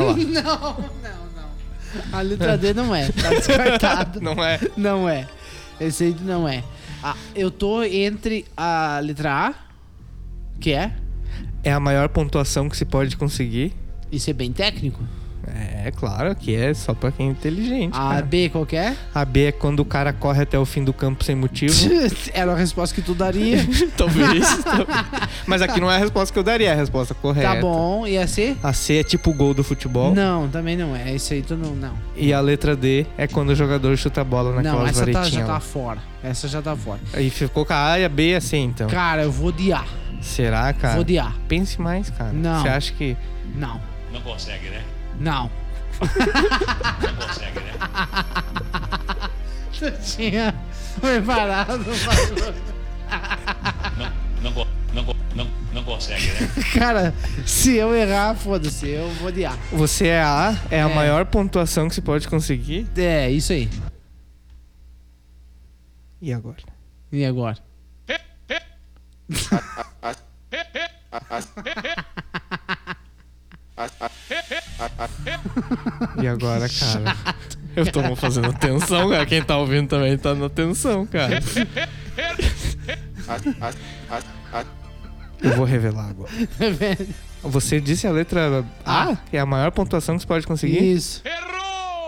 lá. Não, não, não. A letra D não é. Tá descartado. Não é? Não é. Esse aí não é. Ah, eu tô entre a letra A, que é. É a maior pontuação que se pode conseguir. Isso é bem técnico. É, claro que é só pra quem é inteligente. A cara. B qual que é? A B é quando o cara corre até o fim do campo sem motivo. Era a resposta que tu daria. talvez, talvez. Mas aqui não é a resposta que eu daria, é a resposta correta. Tá bom. E a C? A C é tipo o gol do futebol. Não, também não é. Isso aí tu não. Não, E a letra D é quando o jogador chuta a bola naquelas não essa tá, varetinhas. já lá. tá fora. Essa já tá fora. Aí ficou com a A e a B e a C, então. Cara, eu vou de A. Será, cara? Vou de A. Pense mais, cara. Não. Você acha que. Não. Não consegue, né? Não. não consegue, né? tu tinha preparado pra não, go- não, go- não, não consegue, né? Cara, se eu errar, foda-se, eu vou de A. Você é a A, é a É. maior pontuação que se pode conseguir. É, isso aí. E agora? E agora? E agora, cara? Eu tô fazendo atenção, cara. Quem tá ouvindo também tá na atenção, cara. Eu vou revelar agora. Você disse a letra A é a maior pontuação que se pode conseguir? Isso. Errou!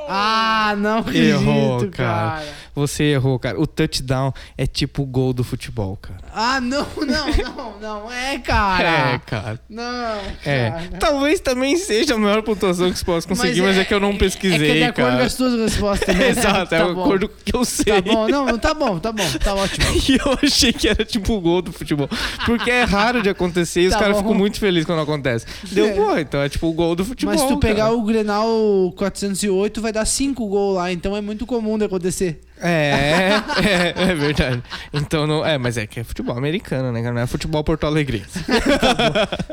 Ah, não acredito, Errou, cara. cara. Você errou, cara. O touchdown é tipo o gol do futebol, cara. Ah, não, não, não, não. É, cara. É, cara. Não, É. cara. Talvez também seja a maior pontuação que se possa conseguir, mas, é, que eu não né? É que é pesquisei, de acordo cara. com as tuas respostas, né? Exato, é Tá o bom. acordo que eu Tá sei. bom, não, não, tá bom, tá bom, tá ótimo. E eu achei que era tipo o gol do futebol. Porque é raro de acontecer e os Tá caras bom. ficam muito felizes quando acontece. Deu, É. pô, então é tipo o gol do futebol. Mas se tu pegar cara. o Grenal 408, vai dar 5 gols lá, então é muito comum de acontecer. É, é, é verdade. Então não. É, mas é que é futebol americano, né, cara? Não é futebol Porto Alegre.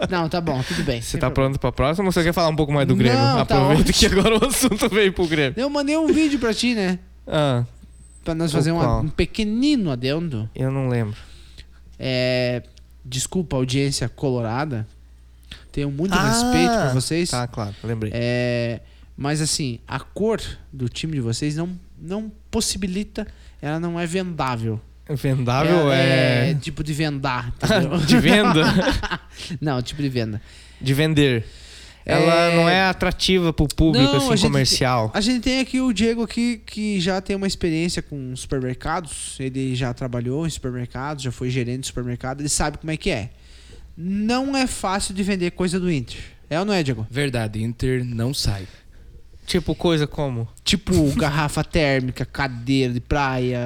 Não, tá bom, tudo bem. Você tá pronto pra próxima ou você quer falar um pouco mais do Grêmio? Não, tá Aproveita ótimo. que agora o assunto veio pro Grêmio. Eu mandei um vídeo pra ti, né? Ah, Pra nós O fazer uma- qual? um pequenino adendo. eu não lembro. É, desculpa, audiência colorada. Tenho muito respeito por vocês. Ah, Tá, claro, lembrei. É, mas assim, a cor do time de vocês não, não possibilita, ela não é vendável. Vendável Ela é. é tipo de vendar. entendeu? De venda? não, tipo de venda. De vender. Ela É. não é atrativa pro público, Não, a assim, gente- comercial. A gente tem aqui o Diego aqui que já tem uma experiência com supermercados. Ele já trabalhou em supermercados, já foi gerente de supermercado, ele sabe como é que é. Não é fácil de vender coisa do Inter. É ou não é, Diego? Verdade, Inter não sai. Tipo, coisa como... Tipo garrafa térmica, cadeira de praia,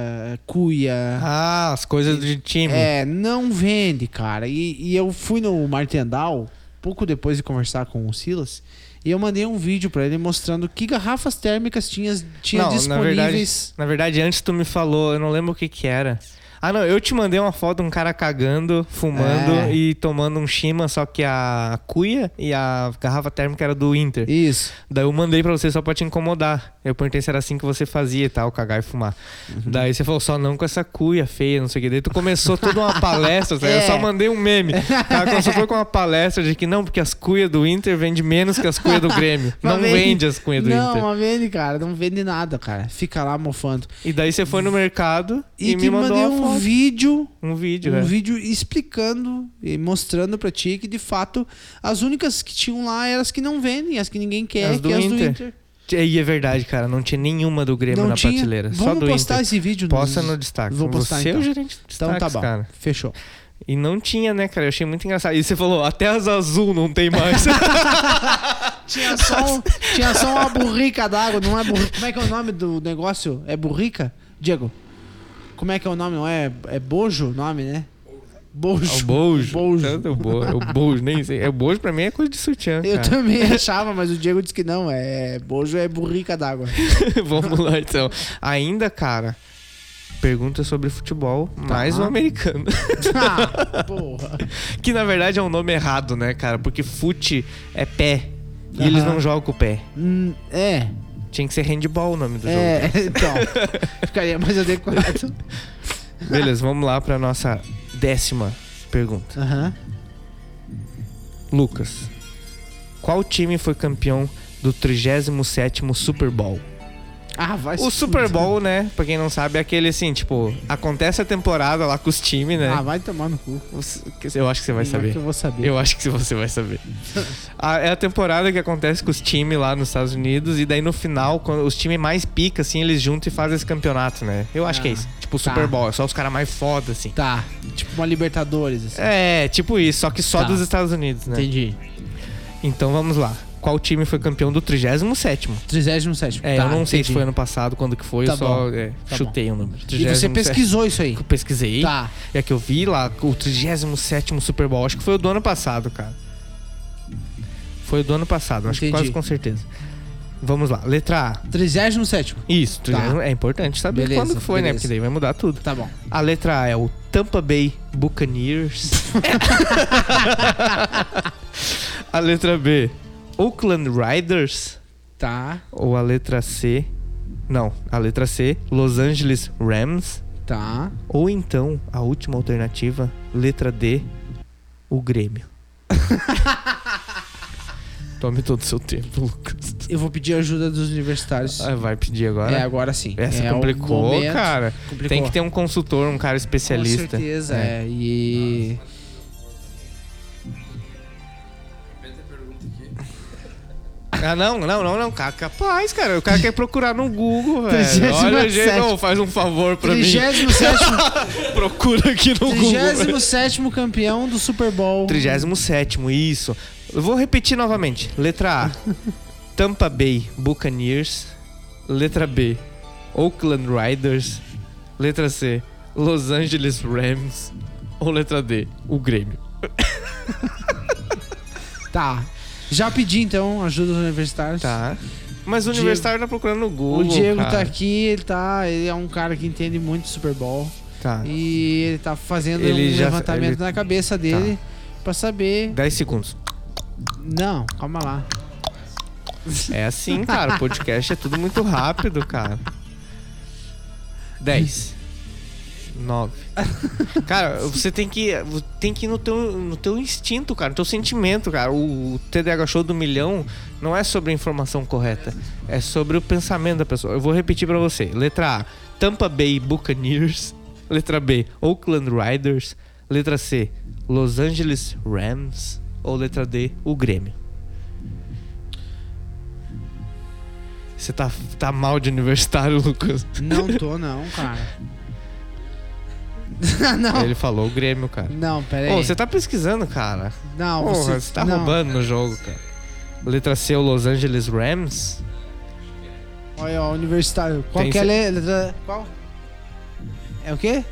cuia. Ah, as coisas de time. É, não vende, cara. E, e eu fui no Martendal pouco depois de conversar com o Silas e eu mandei um vídeo pra ele mostrando que garrafas térmicas tinha, tinha não, na verdade, disponíveis. na verdade, antes tu me falou, eu não lembro o que que era. Ah, não, eu te mandei uma foto de um cara cagando, fumando É. e tomando um shima, só que a cuia e a garrafa térmica era do Inter. Isso. Daí eu mandei pra você só pra te incomodar. Eu perguntei se era assim que você fazia e tal, cagar e fumar. Uhum. Daí você falou, só não com essa cuia feia, não sei o que. Daí tu começou toda uma palestra, sabe? eu É. só mandei um meme. Ela começou foi com uma palestra de que não, porque as cuias do Inter vende menos que as cuias do Grêmio. não vende. vende as cuias do não, Inter. não vende, cara. Não vende nada, cara. Fica lá mofando. E daí você foi no mercado E, e, te me mandou mandei uma um foto. vídeo. um vídeo, Um é. vídeo explicando e mostrando pra ti que, de fato, as únicas que tinham lá eram as que não vendem, as que ninguém quer, As que do é as do Inter. Inter. E é verdade, cara, não tinha nenhuma do Grêmio não na tinha. prateleira, Vamos só do postar Inter. esse vídeo. Posta nos- no destaque. Vou postar, Você é então. o gerente de Então destaques, tá bom. cara. Fechou. E não tinha, né, cara? Eu achei muito engraçado. E você falou, até as azul não tem mais. Tinha só, um- tinha só uma burrica d'água, não é burrica. Como é que é o nome do negócio? É burrica? Diego. Como é que é o nome? Não é, é bojo o nome, né? Bojo. É o bojo. Bojo. Tanto o bojo. É o bojo, nem sei. É o bojo pra mim é coisa de sutiã, Eu cara. também achava, mas o Diego disse que não. É bojo é burrica d'água. Vamos lá, então. Ainda, cara, pergunta sobre futebol, Tá. mais um americano. Ah, porra. Que na verdade é um nome errado, né, cara? Porque fute é pé. E eles Aham. não jogam com o pé. Hum, é, Tinha que ser handball o nome do é, então. Ficaria mais adequado. jogo. Beleza, vamos lá pra nossa décima pergunta. Aham. Lucas, qual time foi campeão do 37º Super Bowl? Ah, vai O se Super fuder. Bowl, né, pra quem não sabe, é aquele assim, tipo, acontece a temporada lá com os times, né? Ah, vai tomar no cu. Você- Eu acho que você Como vai é saber. que eu vou saber. Eu acho que você vai saber. A- é a temporada que acontece com os times lá nos Estados Unidos, e daí no final, quando os times mais pica, assim, eles juntam e fazem esse campeonato, né? Eu acho que é Ah, isso. Tipo, o tá. Super Bowl, é só os caras mais foda, assim. Tá. Tipo uma Libertadores, assim. É, tipo isso, só que só Tá. dos Estados Unidos, né? Entendi. Então vamos lá. Qual time foi campeão do 37 37. É, tá, eu não sei entendi. se foi ano passado, quando que foi, Tá eu só bom. é, Tá chutei o número. E você 37º. pesquisou isso aí. Que Eu pesquisei. Tá. É que eu vi lá o 37 Super Bowl. Acho que foi o do ano passado, cara. Foi o do ano passado, acho que Entendi. quase com certeza. Vamos lá, letra A. 37. Isso, Tá. 30 é importante saber Beleza, quando que foi, né? beleza. Porque daí vai mudar tudo. Tá bom. A letra A é o Tampa Bay Buccaneers. a letra B, Oakland Riders. Tá, Ou a letra C, não, a letra C, Los Angeles Rams. tá. Ou então, a última alternativa, letra D, o Grêmio. Tome todo o seu tempo, Lucas. Eu vou pedir ajuda dos universitários. Ah, vai pedir agora? É, agora sim. Essa é o complicou, momento. cara. Complicou. Tem que ter um consultor, um cara especialista. Com certeza, é. E. Ah, não, não, não, não. Cara, capaz, cara. O cara quer procurar no Google, velho. 37º. Olha, gente, ô, faz um favor pra 37º, mim. Procura aqui no Google. 37 campeão do Super Bowl. 37, isso. Eu vou repetir novamente. Letra A, Tampa Bay Buccaneers. Letra B, Oakland Riders. Letra C, Los Angeles Rams. Ou letra D, o Grêmio. Tá. Já pedi então ajuda dos universitários. Tá. Mas o Diego- universitário tá procurando no Google. O Diego cara. tá aqui, ele tá. Ele é um cara que entende muito de Super Bowl. Tá. E ele tá fazendo Ele um já- levantamento ele- tá. na cabeça dele pra saber. 10 segundos. Não, calma lá. É assim, cara. O podcast é tudo muito rápido, cara. 10. 9. Cara, você tem que, tem que ir no teu, no teu instinto, cara, no teu sentimento, cara. O TDAH Show do Milhão não é sobre a informação correta, é sobre o pensamento da pessoa. Eu vou repetir pra você. Letra A, Tampa Bay Buccaneers. Letra B, Oakland Riders. Letra C, Los Angeles Rams. Ou letra D, o Grêmio. Você tá, tá mal de universitário, Lucas. Não tô, não, cara. Ah, não, Ele falou o Grêmio, cara. não, pera aí. Ô, você tá pesquisando, cara. Não, Porra, você, você tá não. roubando no jogo, cara. Letra C, o Los Angeles Rams. Olha, ó, universitário. Qual Tem que é a ce- letra? Qual? É o quê?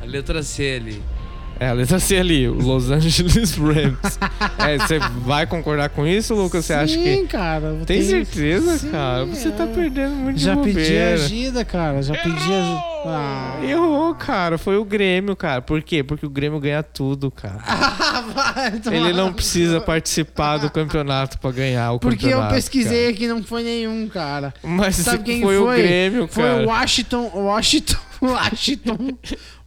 A letra C ali. É, a letra C ali, o Los Angeles Rams. é, você vai concordar com isso, Lucas? Você acha que. Sim, cara. eu Tem tenho- certeza, Sim, cara? Você tá eu- perdendo muito Já de pedi bobeira. ajuda, cara. Já pedi ajuda. Errou, cara. Foi o Grêmio, cara. Por quê? Porque o Grêmio ganha tudo, cara. Ah, vai tomar Ele não no cu. precisa participar do campeonato pra ganhar o Porque é um campeonato. eu pesquisei aqui, não foi nenhum, cara. cara. Mas Sabe quem foi, foi? o Grêmio, Foi cara. o Washington, Washington, Washington,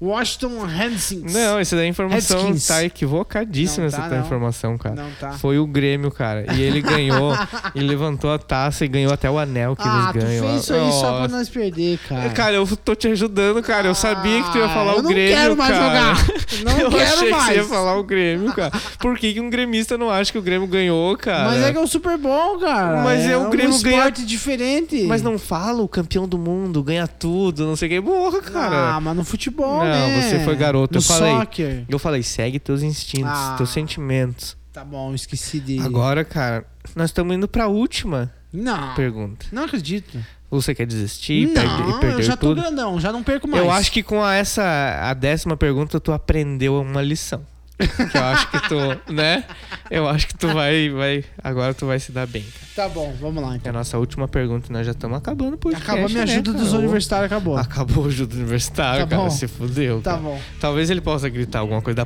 Washington Hansons. Não, essa daí a informação Redskins. tá equivocadíssima, Não tá, essa tua não. informação, cara. Não tá. Foi o Grêmio, cara. E ele ganhou, e levantou a taça e ganhou até o anel que ah, eles ganham. tu fez isso aí só pra Nossa. nós perder, cara. Cara, eu tô te ajudando, cara. Eu sabia que tu ia falar Ah, o eu não Grêmio, quero mais cara. jogar. Não eu quero achei que mais. você ia falar o Grêmio, cara. Por que, que um gremista não acha que o Grêmio ganhou, cara? Mas é que é o Super Bowl, cara. Mas é o um Grêmio esporte diferente. Mas não fala o campeão do mundo, ganha tudo, não sei o que. Porra, cara. Ah, mas no futebol, Não, né? você foi garoto, No eu falei. soccer. Eu falei, segue teus instintos, Ah. teus sentimentos. Tá bom, esqueci de... Agora, cara, nós estamos indo pra última Não, pergunta. não acredito. Você quer desistir não, perder, perder eu já tô tudo? grandão, já não perco mais. Eu acho que com a- essa a décima pergunta tu aprendeu uma lição. Que eu acho que tu, né? Eu acho que tu vai, vai, agora tu vai se dar bem. cara. Tá bom, vamos lá, É a então. nossa última pergunta, nós já estamos acabando por Acabou a minha ajuda dos universitários, acabou. Acabou a ajuda universitária, Tá cara, bom. se fudeu. Tá cara. bom. Talvez ele possa gritar alguma coisa da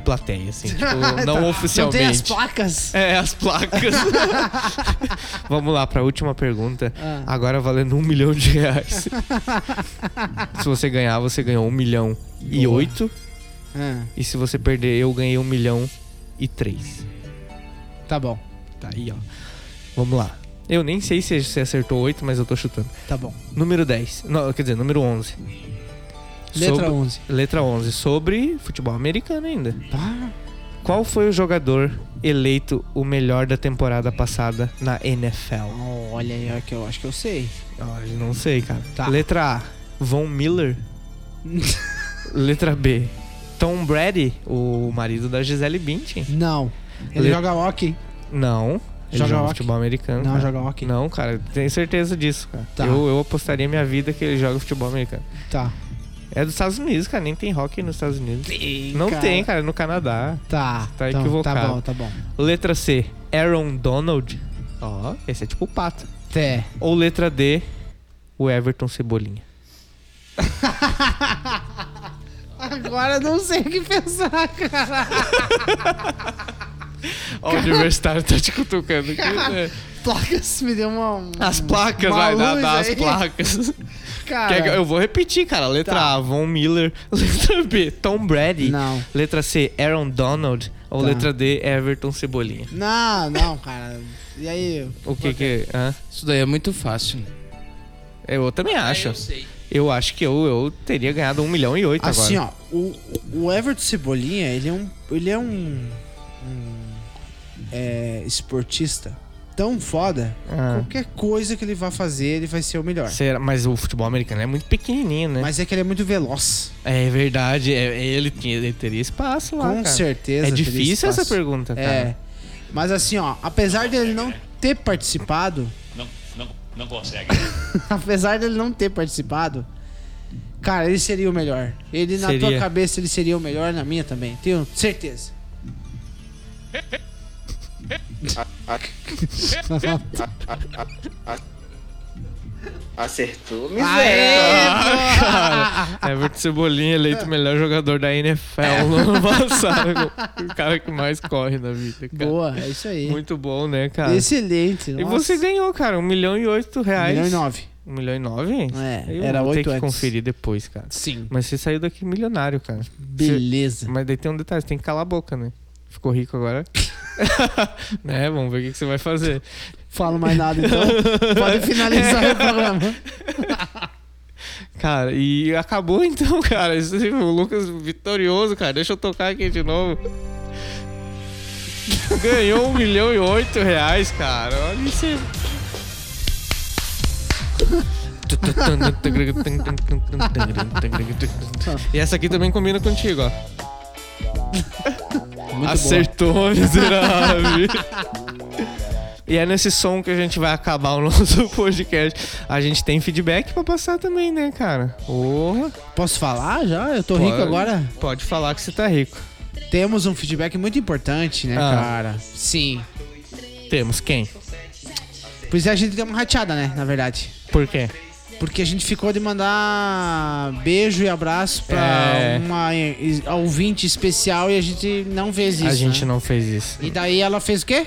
plateia, assim, tipo, não Tá. Não tem as oficialmente. placas? É, as placas. Vamos lá pra última pergunta. Ah. Agora valendo um milhão de reais. se você ganhar, você ganhou um milhão e Boa. oito. Ah, E se você perder, eu ganhei um milhão e três. tá bom, Tá aí, ó. Vamos lá. Eu nem sei se você acertou oito, mas eu tô chutando. tá bom. Número 10. Não, quer dizer, número 11. Letra Sobre- 11. Letra 11. Sobre futebol americano ainda. Pá. Qual foi o jogador eleito o melhor da temporada passada na NFL? Olha aí, ó, que eu acho que eu sei. Olha, não sei, cara. Tá. Letra A, Von Miller. Letra B, Tom Brady, o marido da Gisele Bündchen. Não. Ele Le- joga hockey. Não. Ele Joga joga, hockey? futebol americano. Não, cara. joga hockey. Não, cara, tenho certeza disso, cara. Tá. Eu, eu apostaria minha vida que ele joga futebol americano. Tá. É dos Estados Unidos, cara. Nem tem hockey nos Estados Unidos. Tem, não cara. tem, cara, no Canadá. Tá. Tá então, Tá equivocado. bom, tá bom. Letra C, Aaron Donald. Ó, esse é tipo o pato. Té. Ou letra D, o Everton Cebolinha. Agora eu não sei o que pensar, cara. Ó, o universitário tá te cutucando aqui, né? Placas me deu uma. um- As placas, Uma vai, dá, luz dá as aí. placas. Cara. Quer que- eu vou repetir, cara. Letra Tá. A, Von Miller. Letra B, Tom Brady. Não. Letra C, Aaron Donald. Ou Tá. letra D, Everton Cebolinha. Não, não, cara. E aí? O que que... hã? Isso daí é muito fácil, né? Ah, Eu também acho. eu, sei. acho que eu, eu teria ganhado 1 milhão e 8 Assim, Tá agora. ó, o, o Everton Cebolinha, ele é um. Ele é um. um, é, esportista tão foda. Ah. Qualquer coisa que ele vá fazer, ele vai ser o melhor. Será- Mas o futebol americano é muito pequenininho, né? Mas é que ele é muito veloz. É verdade. é- ele, tinha- ele teria espaço lá, com cara. certeza. É teria difícil espaço. essa pergunta, cara. É. Mas assim, ó, apesar dele não ter participado, Não, não, não consegue. apesar dele não ter participado, cara, ele seria o melhor. Ele na tua Seria. cabeça ele seria o melhor, na minha também. Tenho certeza. Acertou, Everton Cebolinha É. eleito o melhor jogador da NFL no ano passado. O cara que mais corre na vida, cara. Boa, é isso aí. Muito bom, né, cara? Excelente. E você ganhou, cara, um milhão e oito reais. Milhão e nove. Um milhão e nove? É, Eu era vou ter oito que antes. conferir depois, cara. Sim. Mas você saiu daqui milionário, cara. É. Beleza. Mas daí tem um detalhe, você tem que calar a boca, né? Ficou rico agora. né? Vamos ver o que que você vai fazer. Falo mais nada então. Pode finalizar o programa. Cara, e acabou então, cara. Isso aí, O Lucas vitorioso, cara. Deixa eu tocar aqui de novo. Ganhou um milhão e oito reais, cara. Olha isso. aí. E essa aqui também combina contigo, ó. Muito Acertou, miserável. E é nesse som que a gente vai acabar o nosso podcast. A gente tem feedback pra passar também, né, cara? Porra. Posso falar já? Eu tô rico agora? Pode falar que você tá rico. Temos um feedback muito importante, né, Ah. cara? Sim. Temos quem? Pois é, a gente deu uma rateada, né, na verdade. Por quê? Porque a gente ficou de mandar beijo e abraço pra É. uma e- ouvinte especial e a gente não fez isso. a gente né? não fez isso. E daí ela fez o quê?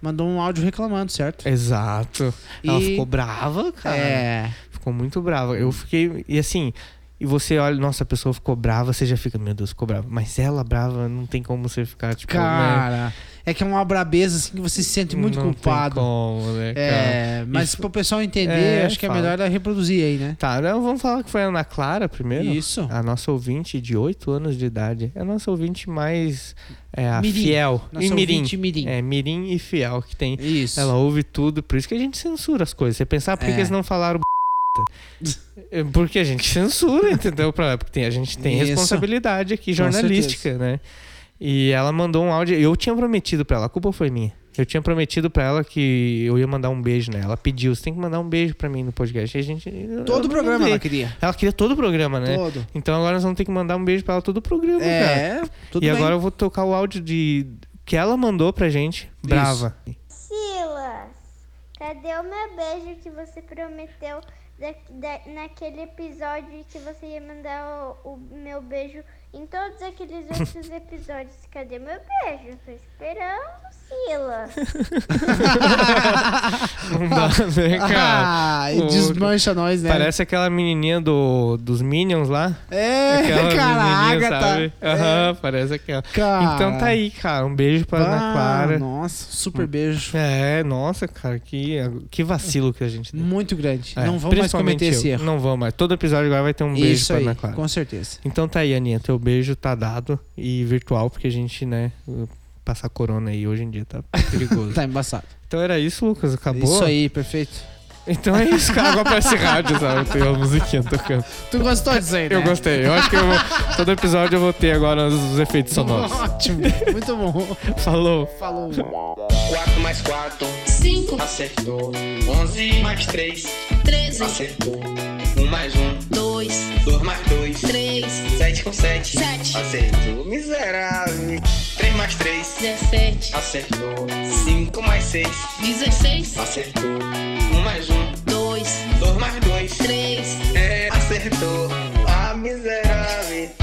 Mandou um áudio reclamando, certo? Exato. Ela E- ficou brava, cara. É. Ficou muito brava. Eu fiquei. E assim, e você olha, nossa, a pessoa ficou brava, você já fica, meu Deus, ficou brava. Mas ela brava, não tem como você ficar, tipo, né? Cara, é que é uma brabeza assim que você se sente muito Não tem culpado. como, né, cara? É, mas Isso- pro pessoal entender, É, acho que fala. é melhor ela reproduzir aí, né? Tá, não, vamos falar que foi a Ana Clara primeiro. Isso. A nossa ouvinte de 8 anos de idade. É a nossa ouvinte mais é, a Mirim. fiel. Nossa e mirim. ouvinte mirim. É, mirim e fiel que tem. Isso. Ela ouve tudo, por isso que a gente censura as coisas. Você pensar, ah, por que, É. que eles não falaram b****? É Porque a gente censura, entendeu? Pra- Porque tem- a gente tem Isso. responsabilidade aqui Com jornalística, né? E ela mandou um áudio. Eu tinha prometido pra ela, a culpa foi minha. Eu tinha prometido pra ela que eu ia mandar um beijo, né? Ela pediu, você tem que mandar um beijo pra mim no podcast. E a gente. eu- eu Todo o programa mandei. ela queria. Ela queria todo o programa, né? Todo. Então agora nós vamos ter que mandar um beijo pra ela todo o programa, cara. É, tudo e bem. agora eu vou tocar o áudio de que ela mandou pra gente, brava. Silas, cadê o meu beijo que você prometeu da- da- naquele episódio que você ia mandar o, o meu beijo em todos aqueles outros episódios? Cadê meu beijo? Tô esperando, Silas. Não dá, né, cara? Ah, e Pô, desmancha nós, né? Parece aquela menininha do, dos Minions lá. É, Aquela cara, a menininha, Agatha. sabe? Aham, parece aquela. Cara. Então tá aí, cara. Um beijo pra Ana Ah, Clara. Hum. Nossa, super beijo. É, nossa, cara, que, que vacilo que a gente deu. Muito grande. É, não vamos mais principalmente cometer eu. esse erro. Não vamos mais. Todo episódio agora vai ter um beijo Isso pra aí, Ana Clara. com certeza. Então tá aí, Aninha. Teu beijo tá dado e virtual, porque a gente, né, passar corona aí hoje em dia tá perigoso. Tá embaçado. Então era isso, Lucas. Acabou? Isso aí, perfeito. Então é isso, cara. Agora parece rádio, sabe? Tem uma musiquinha tocando. Tu gostou disso aí, né? Eu gostei. Eu acho que eu vou, todo episódio eu vou ter agora os efeitos sonoros. Ótimo, muito bom. Falou. Falou. 4 mais 4, 5, acertou. 11 mais 3, 13, acertou. 1 mais 1, 2, 2 mais 2, 3, 7 com 7, Sete. acertou. Miserável. 3 mais 3, 17, acertou. 5 mais 6, 16, acertou. 1 mais 1, 2, 2 mais 2, 3. é, acertou. Ah, miserável.